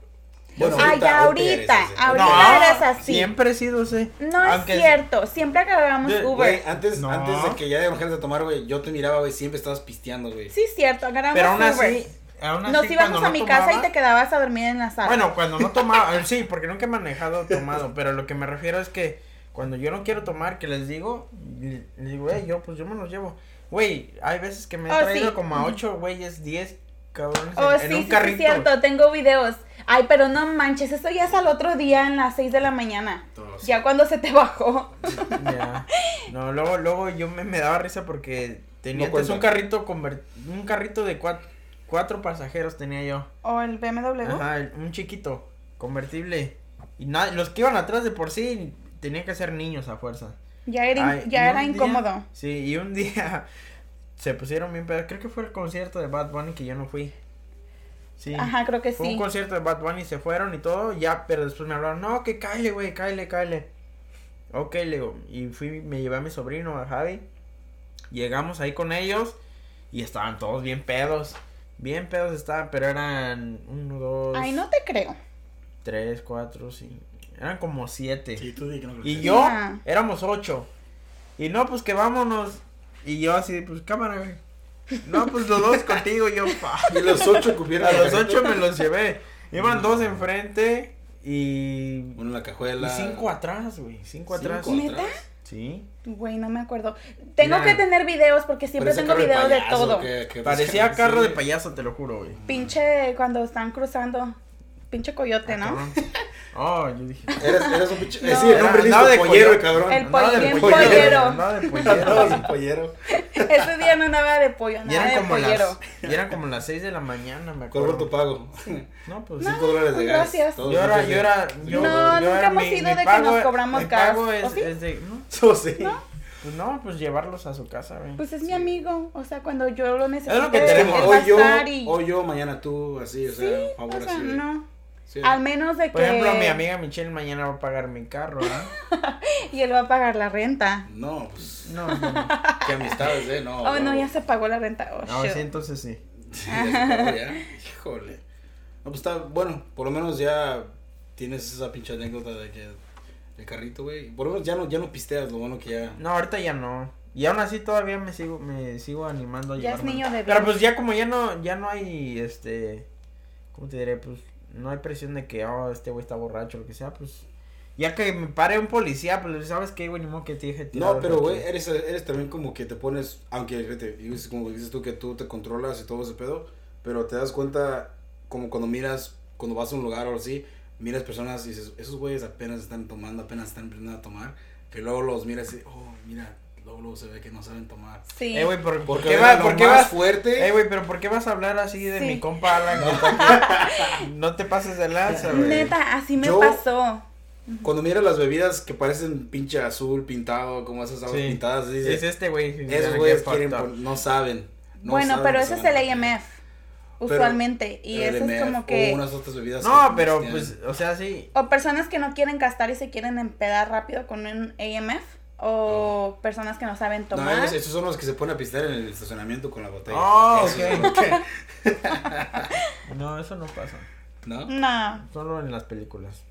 Speaker 3: Bueno,
Speaker 4: Ay, ya
Speaker 3: eres
Speaker 4: ahorita,
Speaker 3: ese.
Speaker 4: ahorita
Speaker 1: No,
Speaker 4: eres así.
Speaker 1: Siempre he sido ese.
Speaker 4: No es
Speaker 1: Aunque-
Speaker 4: cierto, siempre agarramos
Speaker 1: Yo-
Speaker 4: Uber.
Speaker 3: Güey, antes,
Speaker 1: No.
Speaker 3: antes de que ya dejaras de tomar, güey, yo te miraba, güey, siempre estabas pisteando, güey.
Speaker 4: Sí, es cierto, agarramos
Speaker 1: Pero aún
Speaker 4: Uber.
Speaker 1: así, aún así.
Speaker 4: Nos
Speaker 1: cuando
Speaker 4: íbamos
Speaker 1: no
Speaker 4: a mi casa y
Speaker 1: tomaba-
Speaker 4: te quedabas a dormir en la sala.
Speaker 1: Bueno, cuando no tomaba, eh, sí, porque nunca he manejado tomado, pero lo que me refiero es que cuando yo no quiero tomar, que les digo, le- les digo, "Ey, yo pues yo me los llevo. Güey, hay veces que me he
Speaker 4: Oh,
Speaker 1: traído
Speaker 4: sí.
Speaker 1: como a ocho güeyes, diez cabrones
Speaker 4: oh,
Speaker 1: en,
Speaker 4: sí,
Speaker 1: en
Speaker 4: sí,
Speaker 1: un
Speaker 4: sí,
Speaker 1: carrito.
Speaker 4: es cierto, tengo videos. Ay, pero no manches, eso ya es al otro día en las 6 de la mañana.
Speaker 3: Todos.
Speaker 4: Ya cuando se te bajó.
Speaker 1: Ya. No, luego, luego yo me, me daba risa porque tenía
Speaker 3: No
Speaker 1: antes
Speaker 3: cuenta.
Speaker 1: un carrito conver- un carrito de cuat- cuatro pasajeros tenía yo.
Speaker 4: O el BMW.
Speaker 1: Ajá, el- un chiquito, convertible. Y nada, los que iban atrás de por sí tenían que ser niños a fuerza.
Speaker 4: Ya era, in-
Speaker 1: Ay, y
Speaker 4: ya
Speaker 1: un
Speaker 4: era
Speaker 1: día-
Speaker 4: incómodo.
Speaker 1: Sí, y un día se pusieron bien pedos. Creo que fue el concierto de Bad Bunny que yo no fui. Sí.
Speaker 4: Ajá, creo que
Speaker 1: Fue un
Speaker 4: sí.
Speaker 1: concierto de Bad Bunny, se fueron y todo, ya, pero después me hablaron, no, que cáele, güey, cáele, cáele. Ok, le digo, y fui, me llevé a mi sobrino, a Javi, llegamos ahí con ellos y estaban todos bien pedos, bien pedos estaban, pero eran uno, dos,
Speaker 4: Ay, no te creo.
Speaker 1: tres, cuatro, cinco, eran como siete.
Speaker 3: Sí, tú di que no
Speaker 1: Y
Speaker 3: crucé.
Speaker 1: yo,
Speaker 4: Ya.
Speaker 1: éramos ocho. Y no, pues que vámonos. Y yo así, pues cámara, güey. No, pues los dos contigo, y yo, pa.
Speaker 3: Y los ocho cupieron.
Speaker 1: A
Speaker 3: la
Speaker 1: los
Speaker 3: cajeta.
Speaker 1: ocho me los llevé. Iban dos enfrente y.
Speaker 3: Uno en la
Speaker 1: Y
Speaker 3: cajuela.
Speaker 1: cinco atrás, güey. Cinco atrás.
Speaker 4: Cinco. ¿Neta?
Speaker 1: Sí.
Speaker 4: Güey, no me acuerdo. Tengo
Speaker 1: Nah.
Speaker 4: que tener videos porque siempre
Speaker 3: Parecía
Speaker 4: tengo
Speaker 3: carro
Speaker 4: videos de
Speaker 3: payaso,
Speaker 4: todo.
Speaker 3: que- que-
Speaker 1: Parecía
Speaker 3: sí.
Speaker 1: carro de payaso, te lo juro, güey.
Speaker 4: Pinche cuando están cruzando. Pinche coyote, ¿no?
Speaker 1: Ah, Cabrón. Oh, yo dije.
Speaker 3: Eres, eres un pinche. eh,
Speaker 4: No.
Speaker 3: sí, el nombre
Speaker 1: Era-
Speaker 3: listo,
Speaker 1: andaba de
Speaker 3: pollero,
Speaker 1: coyote.
Speaker 3: cabrón.
Speaker 4: El
Speaker 1: Andaba de
Speaker 4: pollo- bien
Speaker 1: pollero.
Speaker 4: pollero.
Speaker 1: Andaba de
Speaker 3: Andabas
Speaker 1: pollero.
Speaker 3: un pollero.
Speaker 4: Ese día no andaba de pollo,
Speaker 1: Y
Speaker 4: andaba
Speaker 1: eran
Speaker 4: de
Speaker 1: como las.
Speaker 4: pollero.
Speaker 1: Y eran como las seis de la mañana, me
Speaker 3: Cobro tu
Speaker 1: acuerdo.
Speaker 3: pago.
Speaker 1: No, pues.
Speaker 4: No,
Speaker 3: Cinco dólares de gas.
Speaker 4: gracias.
Speaker 3: Todos
Speaker 1: Yo era,
Speaker 3: los días.
Speaker 1: yo era, yo,
Speaker 4: No,
Speaker 1: yo
Speaker 4: nunca
Speaker 1: era-
Speaker 4: hemos
Speaker 1: mi-
Speaker 4: sido
Speaker 1: mi
Speaker 4: de que
Speaker 1: pago-
Speaker 4: nos cobramos
Speaker 1: mi
Speaker 4: gas,
Speaker 1: pago es,
Speaker 4: ¿o sí?
Speaker 1: es de, no,
Speaker 3: Eso sí.
Speaker 1: pues no, pues llevarlos a su casa, güey.
Speaker 4: Pues es mi amigo, o sea, cuando yo lo necesite,
Speaker 1: lo que
Speaker 4: él
Speaker 1: tenemos.
Speaker 4: va a
Speaker 3: Hoy yo,
Speaker 4: estar y...
Speaker 3: hoy yo, mañana tú, así, o sea,
Speaker 4: sí,
Speaker 3: favor
Speaker 4: o sea,
Speaker 3: así. de-
Speaker 4: no.
Speaker 3: sí.
Speaker 4: Al menos de
Speaker 1: Por
Speaker 4: que...
Speaker 1: ejemplo, mi amiga Michelle mañana va a pagar mi carro, ¿ah?
Speaker 4: Y él va a pagar la renta.
Speaker 3: No, pues,
Speaker 1: No, no, no.
Speaker 3: qué amistades, eh, no.
Speaker 4: Oh, no,
Speaker 3: huevo.
Speaker 4: ya se pagó la renta. Oh,
Speaker 1: No,
Speaker 4: shoot.
Speaker 1: sí, entonces sí.
Speaker 3: Sí, ya se acabó, ya. Híjole. No, pues está, bueno, por lo menos ya tienes esa pinche anécdota de que el carrito, güey. Por lo menos ya no, ya no pisteas, lo bueno que ya.
Speaker 1: No, ahorita ya no. Y aún así todavía me sigo, me sigo animando a
Speaker 4: Ya es
Speaker 1: llevarme.
Speaker 4: niño de
Speaker 1: Pero
Speaker 4: bien.
Speaker 1: pues ya como ya no, ya no hay, este, ¿cómo te diré? Pues no hay presión de que, oh, este güey está borracho o lo que sea, pues. Ya que me pare un policía, pues sabes qué, güey, ni modo que te dije.
Speaker 3: No,
Speaker 1: tirado
Speaker 3: pero
Speaker 1: aquí.
Speaker 3: güey, eh, eres, eres también como que te pones, aunque fíjate, dices- como dices tú que tú te controlas y todo ese pedo, pero te das cuenta como cuando miras, cuando vas a un lugar o así, miras personas y dices, esos güeyes apenas están tomando, apenas están aprendiendo a tomar, que luego los miras y, oh, mira, luego, luego se ve que no saben tomar.
Speaker 4: Sí.
Speaker 1: Eh, güey, ¿por, ¿por
Speaker 3: Porque
Speaker 1: qué,
Speaker 3: va,
Speaker 1: va, ¿por qué
Speaker 3: más
Speaker 1: vas?
Speaker 3: fuerte.
Speaker 1: Eh, güey, pero ¿por qué vas a hablar así de
Speaker 4: Sí.
Speaker 1: mi compa Alan? Está aquí. no te pases de lanza, güey.
Speaker 4: Neta, así me
Speaker 3: Yo-
Speaker 4: pasó.
Speaker 3: Cuando miras las bebidas que parecen pinche azul pintado, como esas aguas
Speaker 1: Sí.
Speaker 3: pintadas, dices,
Speaker 1: Es este güey.
Speaker 3: esos güeyes quieren, pon- no saben. no
Speaker 4: bueno,
Speaker 3: saben
Speaker 4: pero
Speaker 3: que
Speaker 4: ese
Speaker 3: se
Speaker 4: es
Speaker 3: van
Speaker 4: el
Speaker 3: a-
Speaker 4: AMF, usualmente. y
Speaker 3: el
Speaker 4: eso es
Speaker 3: LMF
Speaker 4: como que.
Speaker 3: O unas otras bebidas.
Speaker 1: No,
Speaker 3: que
Speaker 1: pero
Speaker 3: tienen.
Speaker 1: pues, o sea, sí.
Speaker 4: O personas que no quieren gastar y se quieren empedar rápido con un AMF. O personas que no saben
Speaker 3: No,
Speaker 4: tomar.
Speaker 3: esos- esos son los que se ponen a pistear en el estacionamiento con la botella.
Speaker 1: Oh,
Speaker 3: Esos
Speaker 1: ok.
Speaker 3: son los que-
Speaker 1: No, eso no pasa.
Speaker 3: ¿No?
Speaker 4: No.
Speaker 1: Solo en las películas.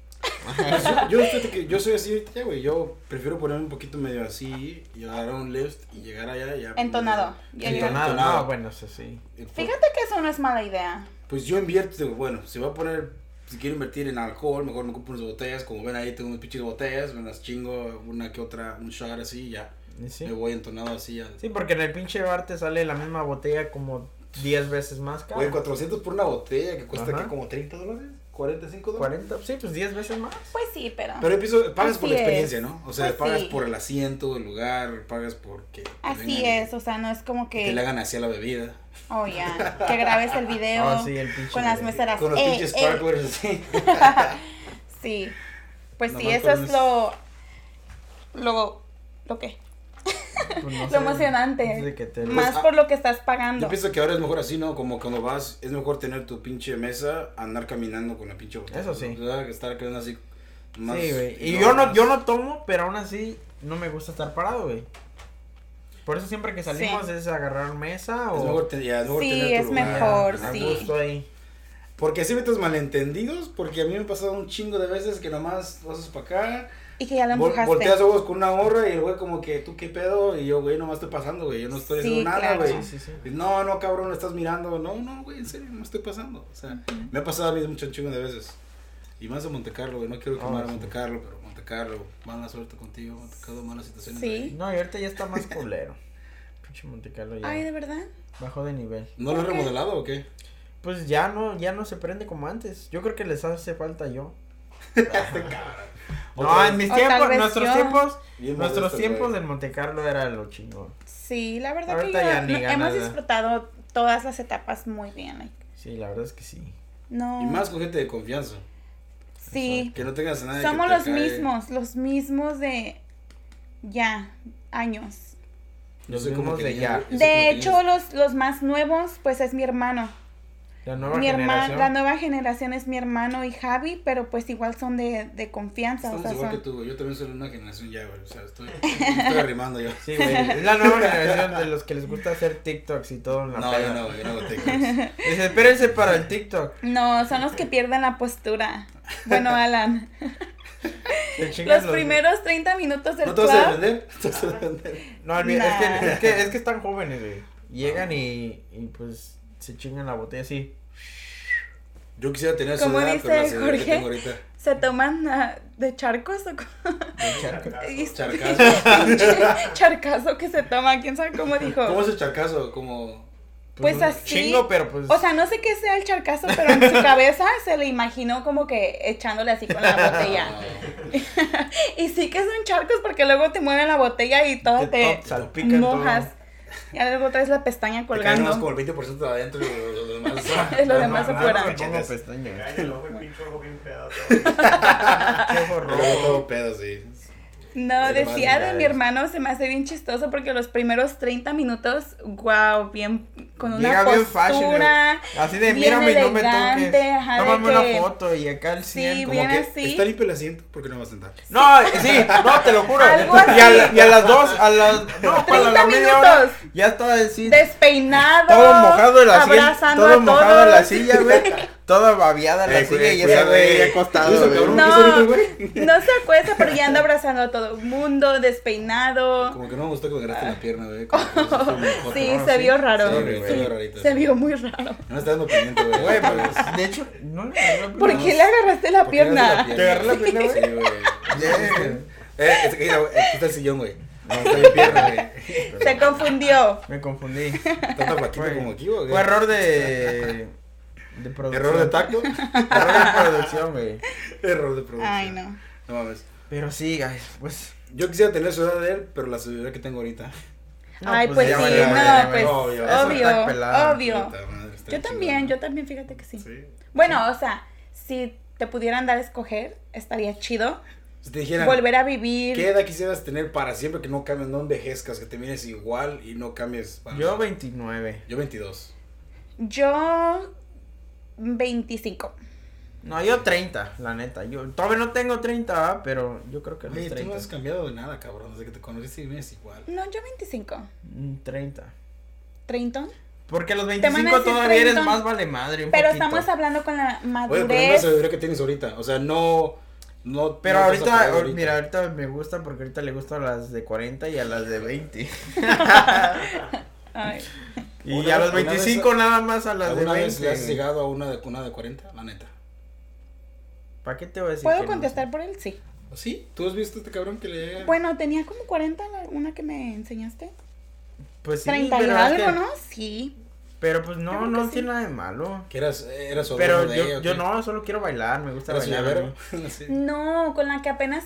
Speaker 3: Pues yo, yo, fíjate que yo soy así ahorita, ya, güey. Yo prefiero ponerme un poquito medio así y agarrar un lift y llegar allá. y Ya,
Speaker 4: Entonado. Ya
Speaker 3: Sí,
Speaker 4: llegó.
Speaker 1: Entonado.
Speaker 3: entonado.
Speaker 1: No, bueno, eso sí.
Speaker 3: Pues-
Speaker 4: Fíjate que eso no es mala idea.
Speaker 3: Pues yo invierto, digo, bueno, si voy a poner, si quiero invertir en alcohol, mejor me compro unas botellas. Como ven ahí, tengo unas pinches botellas, me las chingo una que otra, un shot así y ya.
Speaker 1: Y
Speaker 3: Me
Speaker 1: Sí.
Speaker 3: voy entonado así al.
Speaker 1: Sí, porque en el pinche bar te sale la misma botella como 10 veces más
Speaker 3: Güey,
Speaker 1: cara.
Speaker 3: 400 por una botella que cuesta
Speaker 1: Ajá.
Speaker 3: ¿qué? como 30 dólares, 45 dólares.
Speaker 1: 40, sí, pues 10 veces más.
Speaker 4: Pues sí, pero.
Speaker 3: Pero empiezo, pagas por la
Speaker 4: Así
Speaker 3: experiencia,
Speaker 4: es.
Speaker 3: ¿no? O sea,
Speaker 4: Pues
Speaker 3: pagas
Speaker 4: sí.
Speaker 3: por el asiento, el lugar, pagas porque.
Speaker 4: Así es, o sea, no es como
Speaker 3: Que le
Speaker 4: que.
Speaker 3: hagan así a la bebida.
Speaker 4: Oh, ya. Que grabes el video
Speaker 1: Ah, sí, el pinche
Speaker 4: con las
Speaker 1: video.
Speaker 4: meseras.
Speaker 3: Con los
Speaker 4: Eh,
Speaker 3: pinches
Speaker 4: eh,
Speaker 3: sparklers así.
Speaker 4: Sí. Pues sí,
Speaker 3: Nomás
Speaker 4: eso
Speaker 3: con
Speaker 4: es
Speaker 3: unos-
Speaker 4: lo. Lo. ¿Lo qué?
Speaker 1: Pues no
Speaker 4: Lo
Speaker 1: sé,
Speaker 4: emocionante.
Speaker 1: de que te-
Speaker 4: Más
Speaker 3: Pues, ah,
Speaker 4: por lo que estás
Speaker 3: Yo
Speaker 4: pagando.
Speaker 3: pienso que ahora es mejor así, ¿no? Como cuando vas, es mejor tener tu pinche mesa, andar caminando con la pinche botella.
Speaker 1: Eso sí.
Speaker 3: ¿Verdad? Pues Que estar caminando así. más-
Speaker 1: Sí, güey. Y yo no, yo no tomo, pero aún así no me gusta estar parado, güey. Por eso siempre que salimos es agarrar mesa
Speaker 3: Es
Speaker 1: o
Speaker 3: mejor, te- ya, es mejor
Speaker 4: Sí,
Speaker 3: tener tu
Speaker 4: es
Speaker 3: lugar,
Speaker 4: mejor,
Speaker 3: a
Speaker 4: sí.
Speaker 3: gusto.
Speaker 1: ahí.
Speaker 3: Porque así metes malentendidos, porque a mí me ha pasado un chingo de veces que nomás vas para acá,
Speaker 4: Y que ya lo
Speaker 3: Vol-
Speaker 4: empujaste.
Speaker 3: volteas ojos con una gorra y el güey como que, ¿tú qué pedo? Y yo, güey, nomás estoy pasando, güey, yo no estoy
Speaker 4: Sí,
Speaker 3: haciendo nada,
Speaker 4: claro.
Speaker 3: güey.
Speaker 1: Sí, sí, sí.
Speaker 3: Y, No, no, cabrón, no estás mirando. No, no, güey, en serio, no estoy pasando. O sea, me ha pasado a mí mucho un chingo de veces. Y más a Monte Carlo, güey, no quiero quemar a
Speaker 1: sí.
Speaker 3: Monte Carlo, pero Monte Carlo, mala suerte contigo, Monte Carlo, malas situaciones.
Speaker 4: Sí.
Speaker 3: ahí.
Speaker 1: No, y ahorita ya está más culero. Pinche Monte Carlo ya
Speaker 4: Ay, ¿de verdad?
Speaker 1: bajó de nivel.
Speaker 3: ¿No lo has
Speaker 4: ¿Por qué?
Speaker 3: remodelado o qué?
Speaker 1: Pues ya no, ya no se prende como antes. Yo creo que les hace falta yo. No,
Speaker 3: Otra
Speaker 1: en mis
Speaker 4: Este O tal
Speaker 1: tiempos,
Speaker 4: vez
Speaker 1: nuestros
Speaker 4: yo. este
Speaker 1: tiempos,
Speaker 3: Bien
Speaker 1: nuestros
Speaker 3: modesto,
Speaker 1: tiempos
Speaker 3: güey.
Speaker 1: del Monte Carlo era lo chingón.
Speaker 4: Sí, la verdad
Speaker 1: Ahorita
Speaker 4: que yo-
Speaker 1: ya ni
Speaker 4: no-
Speaker 1: ganas
Speaker 4: hemos
Speaker 1: de-
Speaker 4: disfrutado todas las etapas muy bien. like,
Speaker 1: Sí, la verdad es que sí.
Speaker 4: no.
Speaker 3: Y más con gente de confianza.
Speaker 4: sí.
Speaker 3: Que no tengas a nadie que
Speaker 4: Somos
Speaker 3: te
Speaker 4: los
Speaker 3: cae.
Speaker 4: mismos, los mismos de ya años.
Speaker 1: Los
Speaker 3: soy como
Speaker 1: mismos
Speaker 3: que
Speaker 1: de
Speaker 3: ni-
Speaker 1: ya.
Speaker 3: yo soy como
Speaker 4: de
Speaker 3: que ni-
Speaker 4: hecho, los, los más nuevos, pues es mi hermano.
Speaker 1: La nueva
Speaker 4: mi hermano,
Speaker 1: generación.
Speaker 4: la nueva generación es mi hermano y Javi, pero pues igual son de, de confianza. o
Speaker 3: Estamos
Speaker 4: sea,
Speaker 3: igual que
Speaker 4: son-
Speaker 3: tú, güey. Yo también soy de una generación ya, güey. O sea, estoy, estoy arrimando yo.
Speaker 1: Sí, güey. Es la nueva generación de los que les gusta hacer TikToks y todo en la
Speaker 3: No,
Speaker 1: peda.
Speaker 3: yo no, güey. Yo no hago TikToks.
Speaker 1: Dice, espérense para el TikTok.
Speaker 4: No, son los que pierden la postura. Bueno, Alan,
Speaker 1: Se chingan
Speaker 4: los primeros 30 minutos del
Speaker 3: ¿No te vas a
Speaker 4: club.
Speaker 3: defender? ¿Te vas a defender?
Speaker 1: No, el mío-
Speaker 4: Nah.
Speaker 1: es, que, es, que, es que están jóvenes, güey.
Speaker 3: Ah.
Speaker 1: Llegan y, y pues se chingan la botella así.
Speaker 3: Yo quisiera tener su
Speaker 4: Como
Speaker 3: edad,
Speaker 4: dice
Speaker 3: pero la seguridad que
Speaker 4: Jorge.
Speaker 3: tengo ahorita.
Speaker 4: Se toman ah, de charcos o cómo?
Speaker 1: de charco.
Speaker 4: Y-
Speaker 3: Charcazo.
Speaker 4: charcazo que se toma, quién sabe cómo dijo.
Speaker 3: ¿Cómo es el charcazo? Como...
Speaker 4: Pues
Speaker 1: un
Speaker 4: así.
Speaker 1: Chingo, pero pues.
Speaker 4: O sea, no sé qué sea el charcazo, pero en su cabeza se le imaginó como que echándole así con la botella. Y sí que son charcos porque luego te mueven la botella y todo
Speaker 1: te
Speaker 4: te,
Speaker 1: top- salpican
Speaker 4: mojas.
Speaker 1: todo.
Speaker 4: Y luego traes la pestaña
Speaker 3: Te caen más
Speaker 4: colgando.
Speaker 3: como el 20% de adentro y lo, lo demás... ah,
Speaker 4: Es lo demás
Speaker 1: Nada,
Speaker 4: afuera.
Speaker 1: me pongo
Speaker 3: Chetas.
Speaker 6: Me
Speaker 1: pestañas.
Speaker 6: cae en el ojo el pinche ojo bien pedado.
Speaker 1: Qué horror.
Speaker 3: Luego todo pedo, sí.
Speaker 4: No,
Speaker 3: Lo demás
Speaker 4: decía
Speaker 3: ya
Speaker 4: de mi
Speaker 3: es.
Speaker 4: hermano, se me hace bien chistoso porque los primeros 30 minutos, wow, bien, con una
Speaker 1: Llega bien fashion,
Speaker 4: postura.
Speaker 1: Así de,
Speaker 4: bien
Speaker 1: mírame y no me
Speaker 4: elegante,
Speaker 1: toques.
Speaker 4: ajá, de
Speaker 1: Tómame una
Speaker 4: que-
Speaker 1: foto y acá el 100.
Speaker 4: Sí,
Speaker 1: como
Speaker 4: bien
Speaker 1: que-
Speaker 4: así.
Speaker 3: Está limpio el asiento, ¿por qué no vas a sentar?
Speaker 1: No, sí, no, te lo juro.
Speaker 4: Algo
Speaker 1: Y a, la-
Speaker 4: así.
Speaker 1: y a las dos, a las. No, para la
Speaker 4: 30
Speaker 1: media hora.
Speaker 4: minutos.
Speaker 1: Ya está así.
Speaker 4: Despeinado.
Speaker 1: Todo mojado en la silla.
Speaker 4: abrazando
Speaker 1: Todo
Speaker 4: a
Speaker 1: mojado en la
Speaker 4: todos.
Speaker 1: silla, güey. Toda babeada la
Speaker 3: Eh,
Speaker 1: silla y
Speaker 3: cuida-
Speaker 1: esa,
Speaker 3: cuidado,
Speaker 1: güey.
Speaker 3: eh. Eso, cabrón, ¿qué
Speaker 4: No.
Speaker 3: hizo ahorita el güey?
Speaker 4: No se acuesta, pero ya anda abrazando a todo el mundo, despeinado.
Speaker 3: Como que no me gustó que me agarraste
Speaker 4: Ah.
Speaker 3: la pierna, güey. Como que eso fue un joto,
Speaker 4: Sí,
Speaker 3: ¿no?
Speaker 4: se vio raro.
Speaker 3: Sí, güey, se vio rarito.
Speaker 4: Se vio muy raro.
Speaker 3: No me está dando pimiento, güey.
Speaker 1: Güey, pero de hecho, no le agarré la
Speaker 4: ¿Por
Speaker 1: pierna.
Speaker 4: qué le agarraste la
Speaker 3: ¿Por qué no
Speaker 4: pierna?
Speaker 3: haces
Speaker 1: ¿Te agarré la pierna, güey?
Speaker 3: Sí, güey.
Speaker 1: Yeah.
Speaker 3: Eh, es que mira, güey, aquí está el sillón, güey. No, está mi pierna, güey.
Speaker 4: Se confundió.
Speaker 1: Me confundí.
Speaker 3: Tanta flaquita
Speaker 1: Güey.
Speaker 3: como aquí, güey.
Speaker 1: Fue error de. de producción.
Speaker 3: Error de tacto.
Speaker 1: Error de producción, güey.
Speaker 3: Error de producción.
Speaker 4: Ay, no.
Speaker 3: No mames.
Speaker 1: Pero sí, guys, pues.
Speaker 3: Yo quisiera tener su edad de él, pero la seguridad que tengo ahorita.
Speaker 1: No,
Speaker 4: Ay,
Speaker 1: pues
Speaker 4: pues,
Speaker 1: ya
Speaker 4: sí,
Speaker 1: valió,
Speaker 4: no,
Speaker 1: ya
Speaker 4: pues
Speaker 3: valió, obvio, eso
Speaker 1: está
Speaker 4: obvio,
Speaker 1: pelado,
Speaker 4: obvio.
Speaker 3: Puta madre, está
Speaker 4: Yo
Speaker 3: chido,
Speaker 4: también,
Speaker 3: ¿no?
Speaker 4: yo también, fíjate que sí.
Speaker 6: Sí.
Speaker 4: Bueno, o sea, si te pudieran dar a escoger, estaría chido
Speaker 3: Si te dijeran,
Speaker 4: volver a
Speaker 3: ¿qué
Speaker 4: vivir.
Speaker 3: edad quisieras tener para siempre que no cambies, no envejezcas, que te mires igual y no cambies? para
Speaker 1: Yo
Speaker 3: nada?
Speaker 1: 29.
Speaker 3: Yo 22.
Speaker 4: Yo 25.
Speaker 1: No, yo 30, la neta. Yo todavía no tengo 30, ¿va? pero yo creo que a los
Speaker 3: Oye, tú no
Speaker 1: 30.
Speaker 3: has cambiado de nada, Ah, cabrón. Desde que te conociste y vienes igual.
Speaker 4: No, yo 25.
Speaker 1: Mm, 30.
Speaker 4: ¿30?
Speaker 1: Porque a los
Speaker 4: van a
Speaker 1: 25
Speaker 4: decir
Speaker 1: todavía eres
Speaker 4: 30.
Speaker 1: más vale madre. un
Speaker 4: Pero
Speaker 1: poquito.
Speaker 4: estamos hablando con
Speaker 3: Oye,
Speaker 4: la
Speaker 3: pero es la
Speaker 4: madurez.
Speaker 3: sabiduría que tienes ahorita. O sea, no. no
Speaker 1: Pero
Speaker 3: no te vas a
Speaker 1: ahorita,
Speaker 3: parar
Speaker 1: mira, ahorita me gusta porque ahorita le gustan las de 40 y a las de 20.
Speaker 4: Ay,
Speaker 1: Y
Speaker 3: Una-
Speaker 1: a los
Speaker 3: una vez-
Speaker 1: 25 nada más a las de
Speaker 3: ¿Alguna vez le has
Speaker 1: 20.
Speaker 3: llegado a una de, una de 40? La neta.
Speaker 1: ¿Para qué te voy a decir? que
Speaker 4: ¿Puedo
Speaker 1: no?
Speaker 4: contestar por él? Sí.
Speaker 3: ¿Sí? ¿Tú has visto a este cabrón que le llega?
Speaker 4: Bueno, tenía como 40 la- una que me enseñaste.
Speaker 1: Pues sí,
Speaker 4: 30 y
Speaker 1: pero, es
Speaker 4: algo,
Speaker 1: que-
Speaker 4: ¿no? Sí.
Speaker 1: pero pues
Speaker 4: Yo
Speaker 1: no,
Speaker 4: creo que
Speaker 1: no
Speaker 4: sí.
Speaker 1: tiene nada de malo.
Speaker 3: Que eras, eh, eras sobrino
Speaker 1: Pero
Speaker 3: de ella,
Speaker 1: yo,
Speaker 3: ¿o
Speaker 1: yo
Speaker 3: qué?
Speaker 1: no, solo quiero bailar, me gusta
Speaker 3: ¿Eras su
Speaker 1: bailar. a
Speaker 3: llavero?
Speaker 1: mí.
Speaker 3: Sí.
Speaker 4: No, con la que apenas.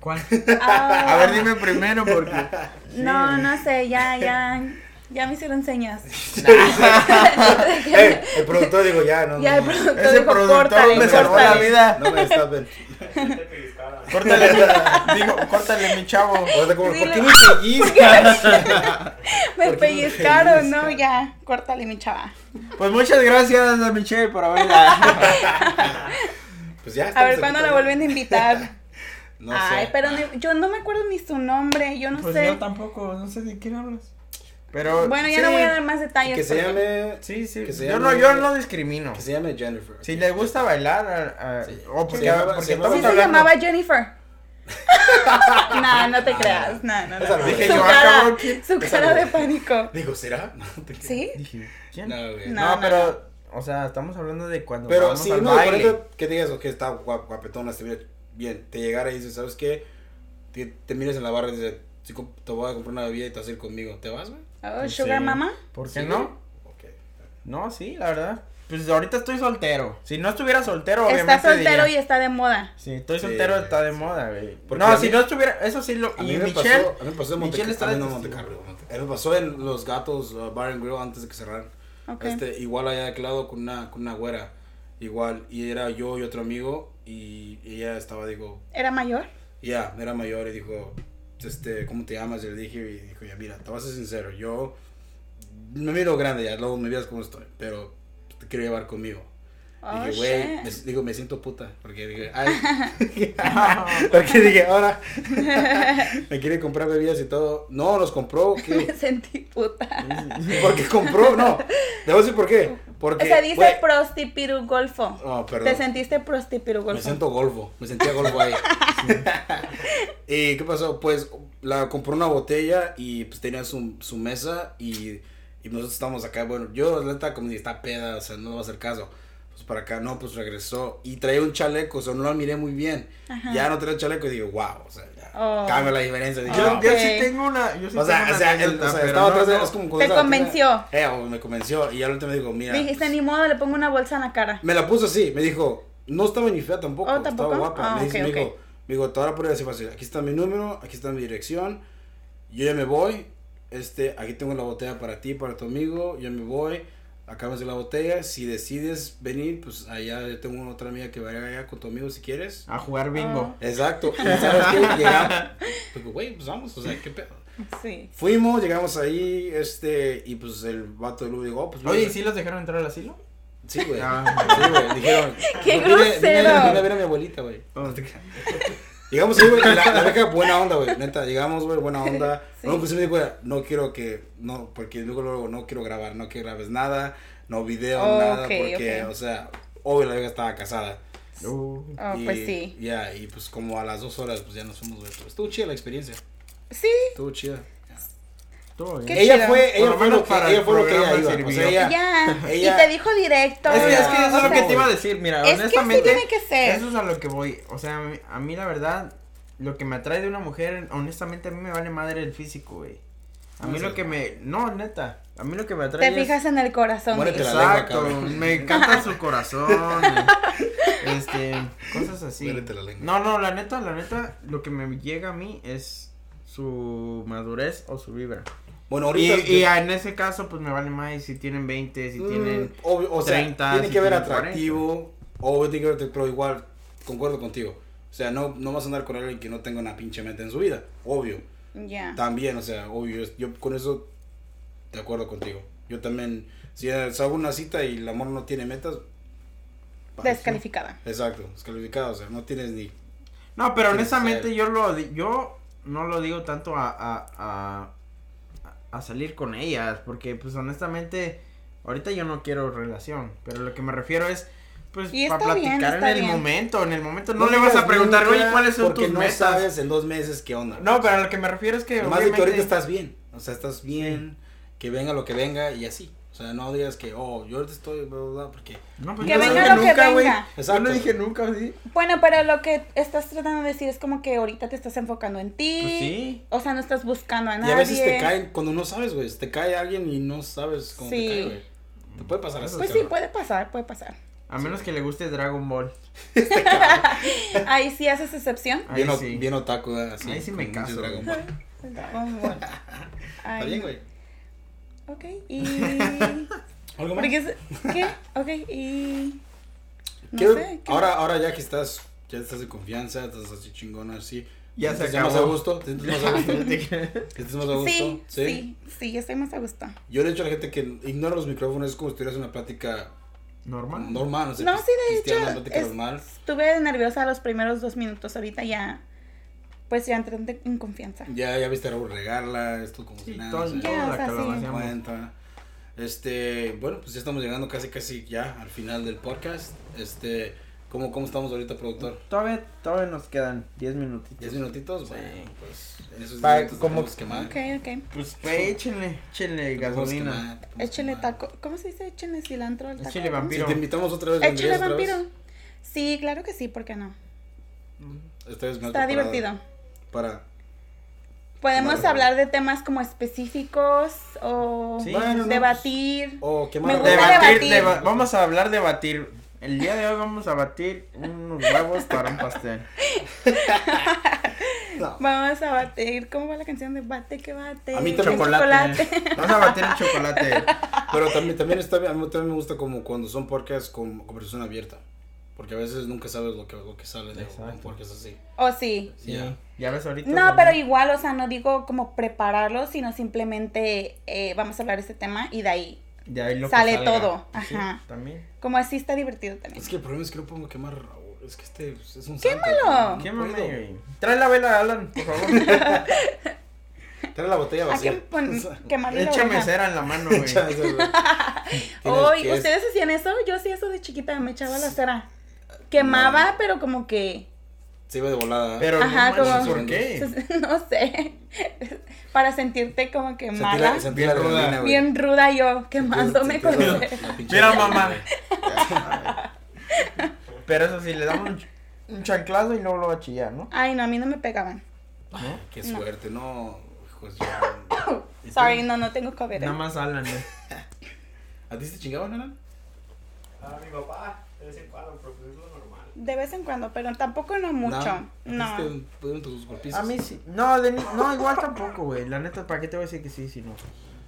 Speaker 1: ¿Cuál?
Speaker 4: Ah,
Speaker 1: A ver, dime primero porque...
Speaker 4: No, no sé, ya, ya. Ya me hicieron señas.
Speaker 3: Eh, el productor dijo ya, no.
Speaker 4: ya el
Speaker 3: no, no,
Speaker 4: productor
Speaker 1: Ese
Speaker 4: dijo,
Speaker 1: productor
Speaker 4: córtale,
Speaker 1: me salvó la
Speaker 4: córtale.
Speaker 1: vida.
Speaker 3: No me destapen.
Speaker 6: No te pellizcaran.
Speaker 1: Córtale, digo, córtale mi chavo.
Speaker 3: O sea, como, ¿Por qué
Speaker 4: Dilo.
Speaker 3: me pellizcas?
Speaker 4: Me
Speaker 3: ¿Por qué me
Speaker 4: pellizcaron, ¿no?
Speaker 3: pellizcas?
Speaker 4: Ya, córtale, mi chava.
Speaker 1: Pues muchas gracias a Michelle por haberla.
Speaker 3: Pues ya.
Speaker 4: A
Speaker 3: estamos
Speaker 4: ver cuándo
Speaker 3: aquí,
Speaker 4: la
Speaker 3: ¿no?
Speaker 4: vuelven a invitar.
Speaker 3: No
Speaker 4: Ay,
Speaker 3: sé.
Speaker 4: pero ni- yo no me acuerdo ni su nombre, yo no
Speaker 1: Pues
Speaker 4: sé.
Speaker 1: yo tampoco, no sé de quién hablas. Pero
Speaker 4: Bueno, ya
Speaker 1: sí,
Speaker 4: no voy a dar más
Speaker 3: Y
Speaker 4: detalles.
Speaker 3: Que se
Speaker 4: porque-
Speaker 3: llame.
Speaker 1: Sí, sí.
Speaker 3: Que se
Speaker 1: Yo
Speaker 3: llame-
Speaker 1: no, yo no discrimino.
Speaker 3: Que se llame Jennifer.
Speaker 1: Si le gusta bailar, a- a-
Speaker 3: Sí.
Speaker 1: o porque,
Speaker 3: Se llamaba-
Speaker 1: porque
Speaker 3: se
Speaker 1: estamos
Speaker 3: llamaba-
Speaker 4: Sí se
Speaker 1: hablando-
Speaker 4: llamaba Jennifer. no, no te creas. No, no,
Speaker 3: Esa
Speaker 4: no.
Speaker 3: no
Speaker 1: Dije
Speaker 4: Su
Speaker 1: yo, ah,
Speaker 4: cara,
Speaker 1: cabrón, ¿quién?
Speaker 4: su cara de pánico.
Speaker 3: Digo, ¿será? No, te-
Speaker 4: ¿Sí?
Speaker 1: Dije, ¿quién? No,
Speaker 3: No, güey.
Speaker 4: No.
Speaker 1: pero, o sea, estamos hablando de cuando
Speaker 3: Pero
Speaker 1: vamos
Speaker 3: si
Speaker 1: al
Speaker 3: no,
Speaker 1: baile.
Speaker 3: que digas, ok, está guap- guapetona, se mira bien, te llegara y dices, ¿sabes qué? Te, te miras en la barra y dices, chico, te voy a comprar una bebida y te vas a ir conmigo, ¿te vas, güey?
Speaker 4: Oh,
Speaker 1: Pues
Speaker 4: Sugar
Speaker 1: sí.
Speaker 4: Mama.
Speaker 1: ¿Por qué
Speaker 3: Sí,
Speaker 1: no?
Speaker 3: güey. Ok.
Speaker 1: No, sí, la verdad. Pues ahorita estoy soltero. Si no estuviera soltero,
Speaker 4: Está
Speaker 1: obviamente
Speaker 4: soltero y
Speaker 1: diría,
Speaker 4: está de moda.
Speaker 1: Sí, estoy
Speaker 3: Sí,
Speaker 1: soltero,
Speaker 3: güey,
Speaker 1: está de
Speaker 3: sí.
Speaker 1: moda, güey.
Speaker 3: Porque
Speaker 1: No,
Speaker 3: a
Speaker 1: si
Speaker 3: mí-
Speaker 1: no estuviera, eso sí lo...
Speaker 3: A
Speaker 1: Y
Speaker 3: mí me
Speaker 1: Michelle,
Speaker 3: pasó, a mí me pasó en Monte,
Speaker 1: Michelle está
Speaker 3: a mí no,
Speaker 1: de
Speaker 3: Monte
Speaker 1: testigo.
Speaker 3: Carlo, Monte- a mí me pasó en Los Gatos uh, Bar and Grill antes de que cerraran.
Speaker 4: Ok.
Speaker 3: Este, igual allá de aquel lado con una, con una güera, igual, y era yo y otro amigo, y ella estaba, digo,
Speaker 4: ¿Era mayor?
Speaker 3: ya, era mayor y dijo, este, ¿cómo te llamas? Yo le dije y dijo, ya mira, te vas a ser sincero, yo me miro grande ya, luego me veas cómo estoy, pero te quiero llevar conmigo.
Speaker 4: Oh,
Speaker 3: dije, güey, me-
Speaker 4: shit.
Speaker 3: digo, me siento puta. Porque dije, ay. porque dije, ahora. me quiere comprar bebidas y todo. No, los compró.
Speaker 4: Me
Speaker 3: ¿qué?
Speaker 4: sentí puta.
Speaker 3: Porque compró, no. Debo decir por qué. Porque.
Speaker 4: o sea, dice
Speaker 3: güey,
Speaker 4: prostipirugolfo.
Speaker 3: No, perdón.
Speaker 4: Te sentiste prostipirugolfo.
Speaker 3: Me siento golfo, me sentía golfo ahí. ¿Y qué pasó? Pues la compró una botella y pues tenía su, su mesa y, y nosotros estábamos acá. Bueno, yo la neta como dije, está peda, o sea, no va a hacer caso. Pues para acá, no, pues regresó y traía un chaleco, o sea, no la miré muy bien. Ya no traía chaleco y digo, wow, o sea, ya
Speaker 4: Oh.
Speaker 3: cambia la diferencia. Dije,
Speaker 1: Yo,
Speaker 3: "No".
Speaker 1: yo
Speaker 4: Ok.
Speaker 1: sí tengo una. Yo sí
Speaker 3: ah, o sea,
Speaker 1: tengo una
Speaker 3: o sea, el- o sea,
Speaker 1: anécdota,
Speaker 3: estaba
Speaker 1: pero
Speaker 3: atrás de-
Speaker 1: no-
Speaker 3: es como
Speaker 4: Te
Speaker 3: cuando estaba atrás de-
Speaker 4: convenció.
Speaker 3: Eh, o me convenció y al último me dijo, mira.
Speaker 4: Dijiste,
Speaker 3: pues,
Speaker 4: ni modo, le pongo una bolsa en la cara.
Speaker 3: me la puso así, me dijo, no estaba ni fea tampoco,
Speaker 4: Oh, ¿tampoco?
Speaker 3: estaba guapa.
Speaker 4: Ah,
Speaker 3: me, dice,
Speaker 4: ok,
Speaker 3: me
Speaker 4: ok.
Speaker 3: dijo, me dijo, te voy a poner así fácil, aquí está mi número, aquí está mi dirección, yo ya me voy, este, aquí tengo la botella para ti, para tu amigo, yo me voy, acabas de la botella, si decides venir, pues allá yo tengo otra amiga que vaya allá con tu amigo si quieres.
Speaker 1: A jugar
Speaker 4: Ah.
Speaker 1: bingo.
Speaker 3: Exacto, y sabes qué, llegamos, digo, güey, pues vamos, o sea, qué pedo.
Speaker 4: Sí.
Speaker 3: Fuimos, llegamos ahí, este, y pues el vato de Lu dijo, oh, pues
Speaker 1: Oye, ¿y
Speaker 3: vamos.
Speaker 1: sí los dejaron entrar al asilo?
Speaker 3: Sí, güey.
Speaker 1: Ah.
Speaker 3: Sí, güey. Dijeron. Pues,
Speaker 4: ¡Qué
Speaker 3: "Vine- vine-
Speaker 4: grosero!
Speaker 3: vine a ver a mi abuelita, güey. Llegamos ahí, güey. La, la vieja buena onda, güey. Neta, llegamos, güey, buena onda.
Speaker 4: Sí.
Speaker 3: No, pues me dijo, no quiero que. No, porque luego, luego, no quiero grabar, no que grabes nada, no video,
Speaker 4: Oh,
Speaker 3: nada,
Speaker 4: ok,
Speaker 3: porque,
Speaker 4: ok.
Speaker 3: o sea, obvio la vieja estaba casada.
Speaker 1: Uh,
Speaker 4: Oh,
Speaker 3: Y-
Speaker 4: pues sí.
Speaker 3: Ya, y pues como a las dos horas, pues ya nos fuimos, güey. Pero Estuvo chida la experiencia,
Speaker 4: Sí.
Speaker 3: estuvo chida.
Speaker 1: todo bien.
Speaker 4: Qué
Speaker 3: Ella
Speaker 4: chido.
Speaker 3: fue,
Speaker 1: Por
Speaker 3: ella
Speaker 1: lo
Speaker 3: fue
Speaker 1: menos
Speaker 3: lo que,
Speaker 1: para
Speaker 3: ella
Speaker 1: el
Speaker 3: fue lo que ella
Speaker 1: programa
Speaker 3: iba. O sea,
Speaker 1: sirvió.
Speaker 3: ella.
Speaker 4: Ya.
Speaker 3: ella-
Speaker 4: Y te dijo directo.
Speaker 1: Es que, es que eso
Speaker 4: o
Speaker 1: es lo que
Speaker 4: sea,
Speaker 1: te iba a decir, mira,
Speaker 4: Es que así
Speaker 1: honestamente.
Speaker 4: tiene que ser.
Speaker 1: Eso es a lo que voy. O sea, a mí, a mí la verdad, lo que me atrae de una mujer, honestamente, a mí me vale madre el físico, güey. A mí lo
Speaker 3: No seas
Speaker 1: que me. No, neta. A mí lo que me atrae.
Speaker 4: Te fijas en el corazón.
Speaker 3: Muérete
Speaker 4: dice.
Speaker 3: la lengua,
Speaker 1: Exacto.
Speaker 3: cabrón.
Speaker 1: me encanta su corazón. eh, este. Cosas así.
Speaker 3: Muérete la lengua.
Speaker 1: No, no, la neta, la neta, lo que me llega a mí es su madurez o su vibra.
Speaker 3: Bueno,
Speaker 1: Y,
Speaker 3: ahorita.
Speaker 1: y en ese caso, pues me vale más si tienen 20, si
Speaker 3: Mm,
Speaker 1: tienen.
Speaker 3: obvio, o sea,
Speaker 1: 30,
Speaker 3: tiene
Speaker 1: si
Speaker 3: que ver
Speaker 1: tienen 40.
Speaker 3: atractivo, obvio tiene que ver, atractivo, pero igual, concuerdo contigo. O sea, no, no vas a andar con alguien que no tenga una pinche meta en su vida, obvio.
Speaker 4: Ya.
Speaker 3: También, o sea, obvio, yo, yo con eso de acuerdo contigo. Yo también, si eh, salgo a una cita y el amor no tiene metas, bye.
Speaker 4: Descalificada.
Speaker 3: Exacto, descalificado, o sea, no tienes ni...
Speaker 1: No, pero
Speaker 3: Sí,
Speaker 1: honestamente
Speaker 3: sí.
Speaker 1: yo lo di- yo no lo digo tanto a, a, a, a salir con ellas, porque pues honestamente ahorita yo no quiero relación, pero lo que me refiero es pues
Speaker 4: Y
Speaker 1: para
Speaker 4: está bien,
Speaker 1: platicar
Speaker 4: está
Speaker 1: en el
Speaker 4: bien.
Speaker 1: momento, en el momento no, le vas a
Speaker 3: digas
Speaker 1: preguntar,
Speaker 3: nunca,
Speaker 1: oye, ¿cuáles son
Speaker 3: porque
Speaker 1: tus
Speaker 3: no
Speaker 1: metas?
Speaker 3: sabes en dos meses qué onda.
Speaker 1: No, pero lo que me refiero es que
Speaker 3: Más de que ahorita
Speaker 1: obviamente-
Speaker 3: estás bien, o sea, estás bien, que venga lo que venga y así. O sea, no digas que, oh, yo ahorita estoy, bla, bla, bla, porque...
Speaker 1: No, pues
Speaker 4: Que
Speaker 1: yo no
Speaker 4: venga
Speaker 1: dije
Speaker 4: lo que
Speaker 1: nunca, güey.
Speaker 4: venga.
Speaker 1: Yo no
Speaker 3: Exacto.
Speaker 1: dije nunca, sí.
Speaker 4: Bueno, pero lo que estás tratando de decir es como que ahorita te estás enfocando en ti.
Speaker 1: Pues sí.
Speaker 4: O sea, no estás buscando a
Speaker 3: Y
Speaker 4: nadie.
Speaker 3: a veces te caen, cuando no sabes, güey, te cae alguien y no sabes cómo te
Speaker 4: Sí.
Speaker 3: cae, güey. Te puede pasar eso.
Speaker 4: Pues sí,
Speaker 3: cabrón.
Speaker 4: puede pasar, puede pasar.
Speaker 1: A menos que le guste Dragon Ball.
Speaker 4: Ahí sí haces excepción.
Speaker 1: Ahí
Speaker 3: Bien, o-
Speaker 1: sí.
Speaker 3: bien otaku, eh, así.
Speaker 1: Ahí sí me
Speaker 3: con mucho
Speaker 1: caso,
Speaker 3: Dragon
Speaker 1: güey.
Speaker 3: Ball.
Speaker 4: Oh, Ay,
Speaker 3: Está bien, güey.
Speaker 4: Ok, y.
Speaker 3: ¿Algo más?
Speaker 4: Porque es- ¿Qué? Ok, y. No
Speaker 3: Quiero-
Speaker 4: sé. ¿qué
Speaker 3: ahora, ahora ya que estás, ya estás de confianza, estás así chingona, así.
Speaker 1: Ya
Speaker 3: ¿Te
Speaker 1: se
Speaker 3: sientes más a
Speaker 1: acabó.
Speaker 3: gusto? ¿Te sientes más a gusto? ¿Te sientes más a
Speaker 4: más?
Speaker 3: gusto?
Speaker 4: Sí, sí, sí, yo estoy más a gusto.
Speaker 3: Yo le he dicho a la gente que ignora los micrófonos, es como si tuvieras una plática
Speaker 1: Normal.
Speaker 3: normal. O sea,
Speaker 4: No, sí, de
Speaker 3: cristiana,
Speaker 4: hecho,
Speaker 3: Una plática
Speaker 4: es-
Speaker 3: normal.
Speaker 4: Estuve nerviosa los primeros dos minutos, ahorita ya. Pues ya entré en- en confianza.
Speaker 3: Ya, ya viste a Raúl regarla, esto como si
Speaker 1: Sí,
Speaker 3: nada.
Speaker 1: todo-
Speaker 3: o sea,
Speaker 1: toda
Speaker 4: Ya, o
Speaker 1: la
Speaker 4: sea, sí.
Speaker 1: calabaceamos.
Speaker 3: cuenta. Este, bueno, pues ya estamos llegando casi casi ya al final del podcast. Este, ¿cómo, cómo estamos ahorita, productor?
Speaker 1: Todavía, todavía nos quedan 10 minutitos.
Speaker 3: ¿Diez minutitos? Bueno, pues en esos
Speaker 1: Pa-
Speaker 3: 10 minutos
Speaker 1: como-
Speaker 3: como
Speaker 2: Ah.
Speaker 3: quemar.
Speaker 4: Ok, ok.
Speaker 1: Pues güey, échenle, échenle gasolina.
Speaker 4: Échele taco. ¿Cómo se dice? Échenle cilantro al taco.
Speaker 1: Échele
Speaker 4: ¿cómo se
Speaker 3: Si
Speaker 1: Vampiro.
Speaker 3: te invitamos otra vez.
Speaker 4: dice? Échele
Speaker 3: ¿vendrías otra vez?
Speaker 4: vampiro. Sí, claro que sí, ¿por qué no?
Speaker 3: Esta vez me
Speaker 4: Está
Speaker 3: has preparado
Speaker 4: divertido.
Speaker 3: Para.
Speaker 4: Podemos
Speaker 3: Vale.
Speaker 4: hablar de temas como específicos o
Speaker 1: Sí.
Speaker 3: Bueno, no,
Speaker 4: debatir.
Speaker 3: Oh, quemar.
Speaker 4: Me gusta
Speaker 1: Debatir,
Speaker 4: debatir.
Speaker 1: deba- vamos a hablar de batir. El día de hoy vamos a batir unos huevos para un pastel.
Speaker 4: Vamos a batir. ¿Cómo va la canción de bate que bate?
Speaker 3: A mí
Speaker 4: el
Speaker 3: también.
Speaker 4: chocolate.
Speaker 1: Vamos a batir el chocolate.
Speaker 4: Ah,
Speaker 3: Pero también, también está bien, a mí también me gusta como cuando son podcasts con conversación abierta. Porque a veces nunca sabes lo que, lo que sale de un
Speaker 1: Exacto.
Speaker 3: podcast así.
Speaker 4: Oh, sí.
Speaker 3: Ya.
Speaker 1: Ya ves ahorita.
Speaker 4: No,
Speaker 1: güey.
Speaker 4: pero igual, o sea, no digo como prepararlo, sino simplemente eh, vamos a hablar de este tema y de ahí
Speaker 1: De ahí lo que
Speaker 4: Sale
Speaker 1: salga.
Speaker 4: todo,
Speaker 1: Sí,
Speaker 4: ajá.
Speaker 1: También.
Speaker 4: Como así está divertido también.
Speaker 3: Es que el problema es que no podemos quemar. Raúl. Es que este es un. santo,
Speaker 4: ¡Quémalo!
Speaker 3: no
Speaker 1: ¿Qué
Speaker 3: puedo.
Speaker 1: mame, güey? Trae la vela, Alan, por favor.
Speaker 3: Trae la botella
Speaker 4: Hay que
Speaker 3: vacía.
Speaker 4: pon- quemarle pues, la
Speaker 1: Échame
Speaker 4: oreja.
Speaker 1: cera en la mano, güey.
Speaker 3: Echa eso, güey. Tienes
Speaker 4: Hoy,
Speaker 3: que-
Speaker 4: ¿ustedes hacían eso? Yo hacía eso de chiquita, me echaba la cera. Quemaba, pero como que...
Speaker 3: Se iba de volada.
Speaker 1: Pero
Speaker 4: Ajá, Pues,
Speaker 1: no manches,
Speaker 4: como-
Speaker 1: ¿por qué?
Speaker 4: No sé. Para sentirte como que
Speaker 3: Sentí
Speaker 4: mala.
Speaker 3: la- sentí
Speaker 1: Bien
Speaker 3: la
Speaker 1: ruda.
Speaker 3: adrenalina, güey.
Speaker 4: bien ruda yo, quemándome
Speaker 3: Sentí-
Speaker 4: con
Speaker 3: sentí la-
Speaker 4: cera.
Speaker 3: la pinche
Speaker 1: Mira,
Speaker 3: adrenalina,
Speaker 1: mamá.
Speaker 3: güey.
Speaker 1: Pero eso sí, le damos un, ch- un chanclazo y luego lo va a chillar, ¿no?
Speaker 4: Ay, no, a mí no me pegaban.
Speaker 3: Qué
Speaker 4: No.
Speaker 3: suerte, no. hijos, yo- ¿Y tú?
Speaker 4: Sorry, no, no tengo COVID. ¿eh?
Speaker 1: Nada más Alan, ¿eh? güey.
Speaker 3: ¿A ti se chingaban, Alan?
Speaker 6: Ah, mi papá, de vez en cuando, pero pues es lo normal.
Speaker 4: De vez en cuando, pero tampoco no mucho. No.
Speaker 3: ¿Pudieron tus golpizos?
Speaker 1: A mí sí. No, de ni- no, igual tampoco, güey. La neta, ¿para qué te voy a decir que sí si no?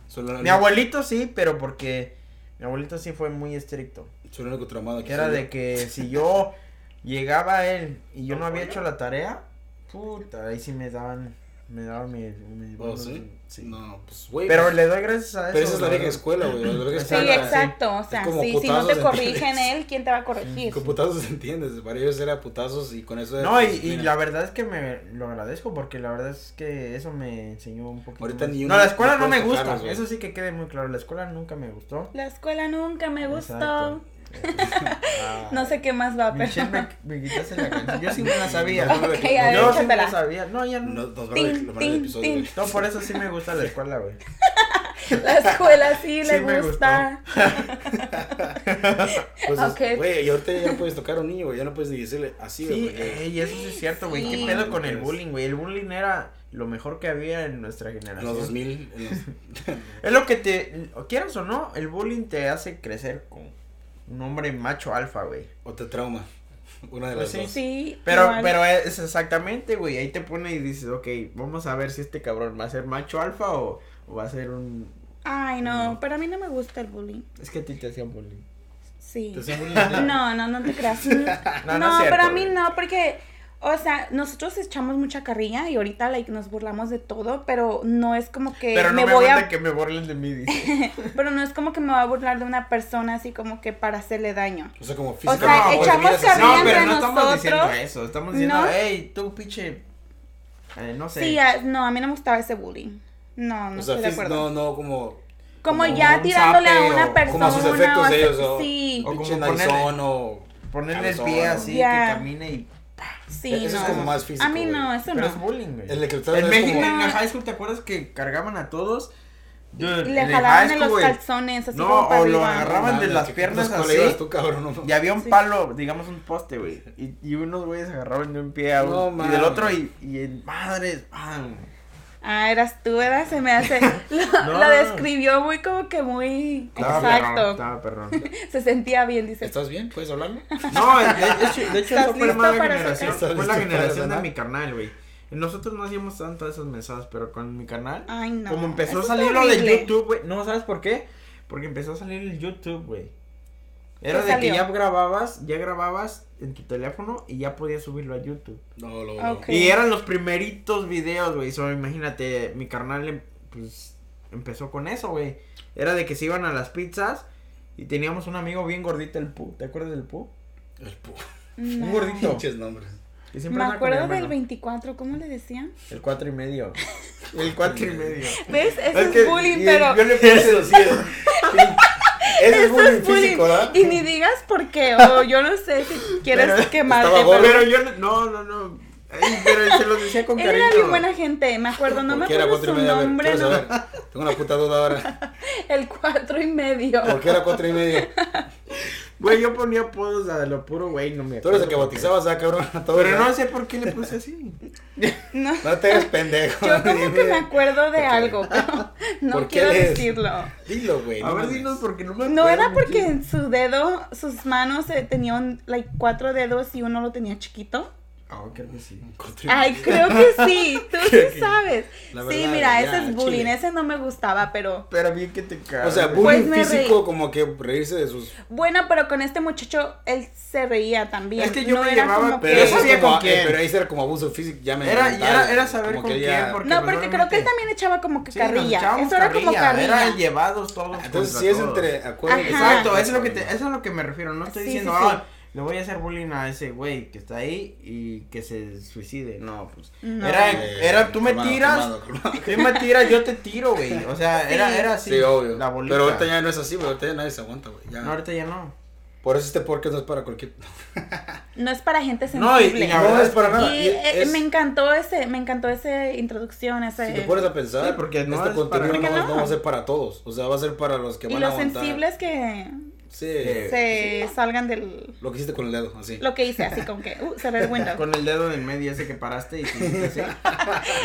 Speaker 3: Solo
Speaker 1: Mi abuelito sí, pero porque mi abuelito sí fue muy estricto.
Speaker 3: Solo el único traumado
Speaker 1: Que era de que si yo llegaba a él y yo no había hecho la tarea, puta, ahí sí me daban, me daban mi... mi-
Speaker 3: Oh, ¿sí? No, pues, güey.
Speaker 1: Pero
Speaker 3: pues,
Speaker 1: le doy gracias a eso.
Speaker 3: pero esa es la
Speaker 1: la
Speaker 3: vieja
Speaker 1: verdad.
Speaker 3: escuela, güey. La vieja
Speaker 1: Sí,
Speaker 4: Sí,
Speaker 3: escuela,
Speaker 4: exacto. O sea,
Speaker 3: como
Speaker 4: sí, si no
Speaker 3: putazos
Speaker 4: te
Speaker 3: en
Speaker 4: corrigen
Speaker 3: inglés.
Speaker 4: él, ¿quién te va a corregir?
Speaker 3: Con putazos se entiendes. Para ellos era putazos y con eso era.
Speaker 1: No, y, y
Speaker 3: disciplina.
Speaker 1: la verdad es que me lo agradezco porque la verdad es que eso me enseñó un poquito.
Speaker 3: Ahorita
Speaker 1: más.
Speaker 3: ni
Speaker 1: No,
Speaker 3: uno-
Speaker 1: la escuela
Speaker 3: no
Speaker 1: no me
Speaker 3: puedes
Speaker 1: gusta.
Speaker 3: tocarlas, güey.
Speaker 1: eso sí que quede muy claro. La escuela nunca me gustó.
Speaker 4: La escuela nunca me gustó.
Speaker 1: Exacto.
Speaker 4: No sé qué más va, pero.
Speaker 1: Michelle, me, me quitaste la canción. Yo sí me la sabía.
Speaker 3: No, no,
Speaker 4: Ok,
Speaker 3: no,
Speaker 4: a ver,
Speaker 1: Yo sí me
Speaker 4: échatela.
Speaker 1: la sabía. No, ya no.
Speaker 3: No, nos van a
Speaker 4: Tin,
Speaker 3: reclamar el
Speaker 4: tin,
Speaker 3: episodio, güey.
Speaker 4: tin.
Speaker 1: No, por eso sí me gusta la escuela, güey.
Speaker 4: La escuela sí,
Speaker 1: Sí
Speaker 4: le
Speaker 1: me
Speaker 4: gusta.
Speaker 3: Pues,
Speaker 4: Ok.
Speaker 3: es- Güey, y ahorita ya no puedes tocar a un niño, güey. Ya no puedes ni decirle así, güey.
Speaker 1: Sí,
Speaker 3: porque-
Speaker 1: ey, eso sí es cierto, güey.
Speaker 4: Sí.
Speaker 1: ¿Qué pedo con el
Speaker 3: Pues-
Speaker 1: bullying, güey? El bullying era lo mejor que había en nuestra
Speaker 3: En los
Speaker 1: generación.
Speaker 3: 2000. en los-
Speaker 1: Es lo que te. Quieras o no, el bullying te hace crecer como un hombre macho alfa, güey.
Speaker 3: O te trauma. Una de
Speaker 1: Pues
Speaker 3: las
Speaker 1: sí.
Speaker 3: dos.
Speaker 4: Sí.
Speaker 1: Pero,
Speaker 4: igual.
Speaker 1: pero es exactamente, güey. Ahí te pone y dices, ok, vamos a ver si este cabrón va a ser macho alfa o, o va a ser un.
Speaker 4: Ay, no, pero a mí no me gusta el bullying.
Speaker 1: Es que a ti te hacían bullying.
Speaker 4: Sí.
Speaker 3: Te hacían bullying, ¿no?
Speaker 4: No, no, no te creas.
Speaker 1: No,
Speaker 4: No,
Speaker 1: no es cierto,
Speaker 4: pero a mí
Speaker 1: güey.
Speaker 4: no, porque, o sea, nosotros echamos mucha carrilla y ahorita like, nos burlamos de todo, pero no es como que
Speaker 1: Pero no
Speaker 4: Eh, me,
Speaker 1: me,
Speaker 4: voy
Speaker 1: gusta
Speaker 4: a.
Speaker 1: que me borren de mí, dice.
Speaker 4: Pero no es como que me voy a burlar de una persona así como que para hacerle daño.
Speaker 3: O sea, como físico.
Speaker 4: sea,
Speaker 1: pues,
Speaker 3: como
Speaker 4: echamos
Speaker 3: miras así.
Speaker 4: carrilla
Speaker 1: No,
Speaker 4: Había
Speaker 1: pero
Speaker 4: entre
Speaker 1: no estamos diciendo
Speaker 4: nosotros,
Speaker 1: eso. Estamos diciendo,
Speaker 4: ¿no?
Speaker 1: hey, tú pinche. eh, no sé.
Speaker 4: Sí, ah, no, a mí no me gustaba ese bullying. No, no
Speaker 3: O sea,
Speaker 4: estoy de
Speaker 3: físico-
Speaker 4: acuerdo.
Speaker 3: no, no, como.
Speaker 4: como,
Speaker 1: como
Speaker 4: ya
Speaker 1: un
Speaker 4: tirándole a
Speaker 1: zape
Speaker 4: una
Speaker 1: o-
Speaker 4: persona.
Speaker 3: Como a sus
Speaker 4: o
Speaker 3: efectos
Speaker 4: sea,
Speaker 3: de ellos, o.
Speaker 4: Sí,
Speaker 1: O
Speaker 3: Pinche
Speaker 1: como ponerle-
Speaker 3: narizón, o.
Speaker 1: Ponerle el
Speaker 3: Cabezón,
Speaker 1: pie
Speaker 3: ¿no?
Speaker 1: así,
Speaker 4: Ya.
Speaker 1: que camine y.
Speaker 4: sí,
Speaker 1: E-,
Speaker 3: Eso es
Speaker 4: no.
Speaker 3: como más físico,
Speaker 4: A mí no,
Speaker 3: güey.
Speaker 4: eso
Speaker 1: Pero
Speaker 4: no.
Speaker 1: es bullying, güey.
Speaker 3: El de que
Speaker 1: En México,
Speaker 4: como-
Speaker 1: en la high school, ¿te acuerdas que cargaban a todos?
Speaker 4: Y
Speaker 1: Dude,
Speaker 4: le
Speaker 1: el
Speaker 4: jalaban
Speaker 1: high
Speaker 4: en
Speaker 1: school,
Speaker 4: los
Speaker 1: güey,
Speaker 4: calzones, así
Speaker 1: No,
Speaker 4: como para
Speaker 1: o lo
Speaker 4: arriba.
Speaker 1: agarraban de las piernas así.
Speaker 3: tú, cabrón? No,
Speaker 1: Y había un
Speaker 4: Sí.
Speaker 1: palo, digamos un poste, güey. Y, y unos güeyes agarraban de un pie a uno
Speaker 3: No
Speaker 1: y
Speaker 3: mames.
Speaker 1: del otro y, y en- madres, ¡pam!
Speaker 4: Ah, eras tú, ¿verdad? Se me hace. Lo,
Speaker 1: No.
Speaker 4: lo describió muy como que muy.
Speaker 1: Estaba perrón,
Speaker 4: exacto.
Speaker 1: estaba perrón.
Speaker 4: Se sentía bien, dice.
Speaker 3: ¿Estás bien? ¿Puedes hablarlo?
Speaker 1: No, de, de hecho, de hecho
Speaker 4: ¿Estás
Speaker 1: eso fue
Speaker 4: listo
Speaker 1: más la
Speaker 4: para
Speaker 1: generación.
Speaker 3: sacar?
Speaker 1: Fue la
Speaker 3: ¿Estás listo
Speaker 1: generación
Speaker 3: para
Speaker 1: de
Speaker 3: sanar?
Speaker 1: mi carnal, güey. Nosotros no hacíamos tanto esas mensajes, pero con mi carnal.
Speaker 4: Ay, Ah, no.
Speaker 1: como empezó
Speaker 4: eso
Speaker 1: a
Speaker 4: es
Speaker 1: salir lo de
Speaker 4: horrible.
Speaker 1: YouTube, güey. No, ¿sabes por qué? Porque empezó a salir el YouTube, güey. Era
Speaker 4: ¿Qué
Speaker 1: de que
Speaker 4: salió?
Speaker 1: ya grababas, ya grababas en tu teléfono y ya podías subirlo a YouTube.
Speaker 3: No, lo.
Speaker 4: Ok.
Speaker 1: Y eran los primeritos videos, güey. So, imagínate, mi carnal, em- pues, empezó con eso, güey. Era de que se iban a las pizzas y teníamos un amigo bien gordito, el Pu. ¿Te acuerdas del Pu?
Speaker 3: El pu.
Speaker 4: No.
Speaker 1: Un gordito.
Speaker 3: Pinches nombres.
Speaker 1: Que siempre
Speaker 4: Me
Speaker 1: anda con mi
Speaker 4: acuerdo del
Speaker 1: hermano.
Speaker 4: 24, ¿cómo le decían?
Speaker 1: El cuatro y medio. El cuatro y medio.
Speaker 4: ¿Ves? Eso
Speaker 1: Es
Speaker 4: es,
Speaker 1: que-
Speaker 4: bullying,
Speaker 1: y-
Speaker 4: pero.
Speaker 3: Yo le puse los cielos. Ese es
Speaker 4: Eso
Speaker 3: bullying
Speaker 4: es bullying.
Speaker 3: físico, ¿verdad?
Speaker 4: Y ni digas por qué, o yo no sé si quieres
Speaker 1: Pero-
Speaker 4: quemarte,
Speaker 3: estaba
Speaker 4: pero.
Speaker 3: gordo.
Speaker 1: Pero yo, no, no, no. Ay, pero se los decía con
Speaker 4: Él era
Speaker 1: cariño.
Speaker 4: bien buena gente, me acuerdo, no me
Speaker 3: ¿Por qué era
Speaker 4: acuerdo
Speaker 3: cuatro y
Speaker 4: su
Speaker 3: media? A ver,
Speaker 4: nombre,
Speaker 3: quiero
Speaker 4: no.
Speaker 3: saber. Tengo una puta duda ahora.
Speaker 4: El cuatro y medio.
Speaker 3: ¿Por qué era cuatro y medio?
Speaker 1: Güey, yo ponía apodos a lo puro, güey, no me
Speaker 3: Tú eres el que
Speaker 1: acuerdo por qué.
Speaker 3: bautizabas, ¿ah, cabrón? A todos,
Speaker 1: Pero no sé por qué le puse así.
Speaker 4: No.
Speaker 3: No te eres pendejo.
Speaker 4: Yo como que me acuerdo de
Speaker 3: Ok.
Speaker 4: algo, pero
Speaker 3: ¿Por
Speaker 4: no
Speaker 3: qué
Speaker 4: quiero
Speaker 3: lees?
Speaker 4: decirlo.
Speaker 3: Dilo, güey.
Speaker 1: A
Speaker 3: no
Speaker 1: ver,
Speaker 3: mames.
Speaker 1: dinos porque no me acuerdo.
Speaker 4: No era porque en su dedo, sus manos eh, tenían like, cuatro dedos y uno lo tenía chiquito.
Speaker 1: Ah, creo que sí.
Speaker 4: Ay, creo que sí, tú sí sabes.
Speaker 3: La
Speaker 4: sí,
Speaker 3: verdad,
Speaker 4: mira,
Speaker 3: ya,
Speaker 4: ese es
Speaker 3: al
Speaker 4: bullying,
Speaker 3: chile.
Speaker 4: ese no me gustaba, pero
Speaker 1: Pero bien que te cagas.
Speaker 3: O sea,
Speaker 4: Pues
Speaker 3: bullying
Speaker 4: me
Speaker 3: físico,
Speaker 4: reí.
Speaker 3: como que reírse de sus.
Speaker 4: bueno, pero con este muchacho él se reía también.
Speaker 1: Es que yo
Speaker 4: no
Speaker 1: me
Speaker 4: era
Speaker 1: llevaba,
Speaker 4: como
Speaker 3: Pero
Speaker 4: que-
Speaker 3: eso
Speaker 1: sabía
Speaker 3: es como,
Speaker 1: con quién.
Speaker 3: eh, pero ahí era como abuso físico, ya me
Speaker 1: Era- era- era saber con quién, porque-
Speaker 4: No, porque creo que él
Speaker 1: normalmente-
Speaker 4: también echaba como que
Speaker 1: Sí, nos
Speaker 4: carrilla.
Speaker 1: echábamos
Speaker 4: Eso era como
Speaker 1: carrilla,
Speaker 4: carrilla.
Speaker 1: Eran llevados todos.
Speaker 3: Entonces
Speaker 1: contra
Speaker 3: sí es
Speaker 1: todos.
Speaker 3: entre acuerdo.
Speaker 4: Ajá.
Speaker 1: Exacto, eso es, lo que te- eso es lo que me refiero. No estoy
Speaker 4: Sí,
Speaker 1: diciendo,
Speaker 4: sí, sí.
Speaker 1: "Ah, le voy a hacer bullying a ese güey que está ahí y que se suicide. No, pues.
Speaker 4: No.
Speaker 1: Era,
Speaker 3: Eh,
Speaker 1: era tú me
Speaker 3: calmado,
Speaker 1: tiras,
Speaker 3: calmado, calmado.
Speaker 1: tú me tiras, yo te tiro, güey. O sea, era, era así.
Speaker 3: Sí, obvio.
Speaker 1: La bolita.
Speaker 3: Pero ahorita ya no es así, pero ahorita ya nadie se aguanta, güey. ya.
Speaker 1: No, ahorita ya no.
Speaker 3: Por eso este podcast no es para cualquier.
Speaker 4: No es para gente
Speaker 1: No, y- y
Speaker 4: sensible.
Speaker 1: la verdad es
Speaker 3: para
Speaker 4: Y,
Speaker 3: Y
Speaker 4: eh,
Speaker 3: es-
Speaker 4: me encantó ese, me encantó esa introducción, ese
Speaker 3: Si te pones a pensar,
Speaker 1: Sí, porque no
Speaker 3: este
Speaker 1: es
Speaker 3: contenido
Speaker 1: para-
Speaker 3: no, va-
Speaker 4: ¿Por qué
Speaker 3: no va a
Speaker 4: no?
Speaker 3: ser para todos. O sea, va a ser para los que
Speaker 4: y
Speaker 3: van a
Speaker 4: los
Speaker 3: aguantar.
Speaker 4: sensibles que
Speaker 1: eh,
Speaker 3: Sí.
Speaker 4: se salgan del
Speaker 3: Lo que hiciste con el dedo, así.
Speaker 4: lo que hice, así como que uh, cerrar el window.
Speaker 1: Con el dedo del medio ese que paraste y te hiciste así.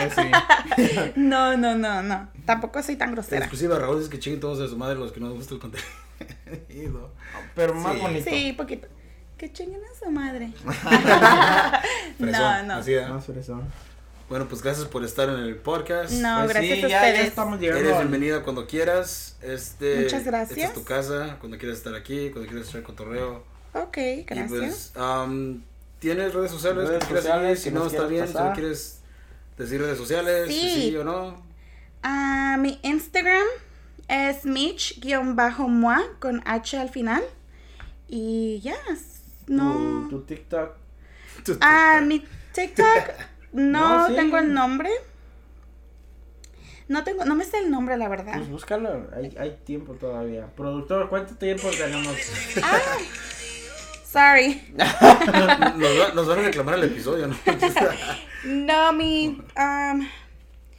Speaker 1: Así.
Speaker 4: No, no, no, no. Tampoco soy tan grosera.
Speaker 3: Exclusiva Raúl es que chinguen todos a su madre los que no les gusta el contenido.
Speaker 1: Pero más
Speaker 3: Sí.
Speaker 1: bonito.
Speaker 4: Sí, poquito. Que chinguen a su madre. no,
Speaker 3: Fresón,
Speaker 4: no.
Speaker 3: así, ¿eh?
Speaker 1: Más fresón.
Speaker 3: Bueno, pues gracias por estar en el podcast.
Speaker 4: No, gracias
Speaker 1: Pues sí, ya,
Speaker 4: a
Speaker 1: ya
Speaker 4: ustedes.
Speaker 1: estamos llegando.
Speaker 3: Eres
Speaker 1: al-
Speaker 3: bienvenida cuando quieras. Este,
Speaker 4: Muchas gracias.
Speaker 3: Esta es tu casa, cuando quieras estar aquí, cuando quieras estar cotorreo.
Speaker 4: Ok,
Speaker 3: Y
Speaker 4: gracias.
Speaker 3: pues, am, ¿tienes redes sociales?
Speaker 1: Redes
Speaker 3: que quieras
Speaker 1: sociales
Speaker 3: seguir?
Speaker 1: que
Speaker 3: si no,
Speaker 1: nos
Speaker 3: está bien.
Speaker 1: quieras
Speaker 3: Si no
Speaker 1: pasar.
Speaker 3: quieres decir redes sociales, si
Speaker 4: Sí.
Speaker 3: sí o no.
Speaker 4: Ah, mi Instagram es Mitch-moi con H al final. Y ya, s- no.
Speaker 1: Tu, tu TikTok.
Speaker 4: Ah, mi TikTok no,
Speaker 1: No, sí.
Speaker 4: tengo el nombre. No tengo, no me sé el nombre, la verdad.
Speaker 1: Pues búscalo. Hay, hay tiempo todavía. Productor, ¿cuánto tiempo tenemos?
Speaker 4: Ah, Sorry.
Speaker 3: Nos, va- nos van a reclamar el episodio, ¿no?
Speaker 4: No, mi, um,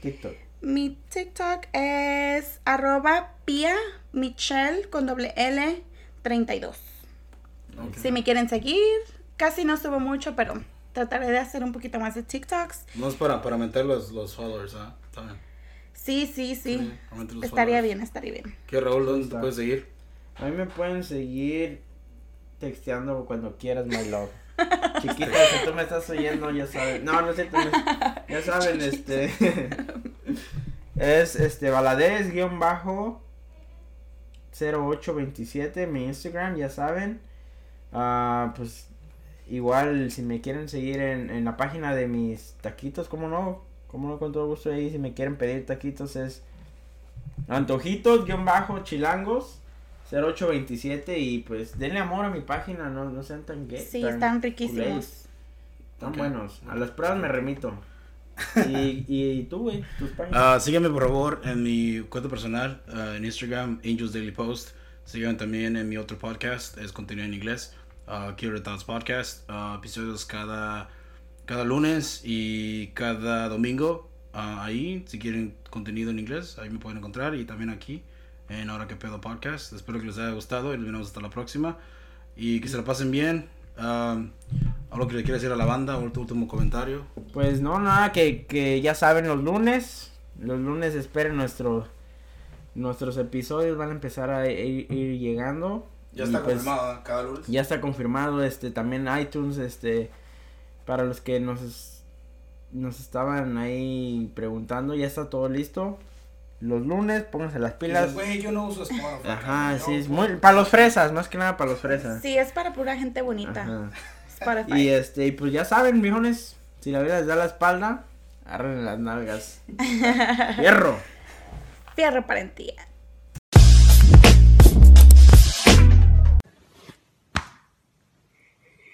Speaker 1: TikTok.
Speaker 4: mi TikTok es arroba pia michelle con doble L 32.
Speaker 3: Ok.
Speaker 4: Si me quieren seguir, casi no subo mucho, pero trataré de hacer un poquito más de TikToks.
Speaker 3: No es para, para aumentar los, los followers, ¿ah? También.
Speaker 4: Sí, sí, sí.
Speaker 3: aumentar los
Speaker 4: Estaría
Speaker 3: followers.
Speaker 4: bien, estaría bien.
Speaker 3: ¿Qué, Raúl? ¿Dónde te puedes seguir?
Speaker 1: A mí me pueden seguir texteando cuando quieras, my love. Chiquita, si tú me estás oyendo, ya saben. No, no es cierto. no es- Ya saben, este. es este Valadez guión bajo 0827, mi Instagram, ya saben. Ah, pues igual si me quieren seguir en, en la página de mis taquitos, ¿cómo no? ¿Cómo no? Con todo gusto ahí, si me quieren pedir taquitos es antojitos guión bajo chilangos. 0827 y pues denle amor a mi página, no, no sean tan gay.
Speaker 4: Sí, están riquísimos.
Speaker 1: Están
Speaker 3: Ok.
Speaker 1: buenos. A las pruebas me remito. Y, y tú, güey, tus páginas.
Speaker 2: Ah, sígueme por favor en mi cuenta personal, ah, en Instagram, Angels Daily Post. Sígueme también en mi otro podcast, es contenido en inglés, ah, Killer Thoughts Podcast. ah, episodios cada, cada lunes y cada domingo. Ah, ahí, si quieren contenido en inglés, ahí me pueden encontrar. Y también aquí, en Ahora que Pedo Podcast. Espero que les haya gustado y nos vemos hasta la próxima. Y que se la pasen bien. Ah, algo que le quiero decir a la banda, o tu último comentario.
Speaker 1: Pues no, nada, que, que ya saben los lunes. Los lunes esperen nuestro, nuestros episodios, van a empezar a ir, ir llegando. Y, pues,
Speaker 3: confirmado ¿eh? cada lunes.
Speaker 1: Ya está confirmado, este, también iTunes, este, para los que nos, nos estaban ahí preguntando, ya está todo listo. Los lunes, pónganse las pilas.
Speaker 3: Güey, yo no uso Spotify.
Speaker 1: Ajá,
Speaker 3: cabrón,
Speaker 1: sí,
Speaker 3: no,
Speaker 1: es
Speaker 3: güey.
Speaker 1: muy, para los fresas, más que nada para los fresas.
Speaker 4: Sí, es para pura gente bonita.
Speaker 1: Ajá.
Speaker 4: Spotify.
Speaker 1: Y este, y pues ya saben, viejones, si la vida les da la espalda, arren las nalgas. Hierro.
Speaker 4: Fierro para en tía.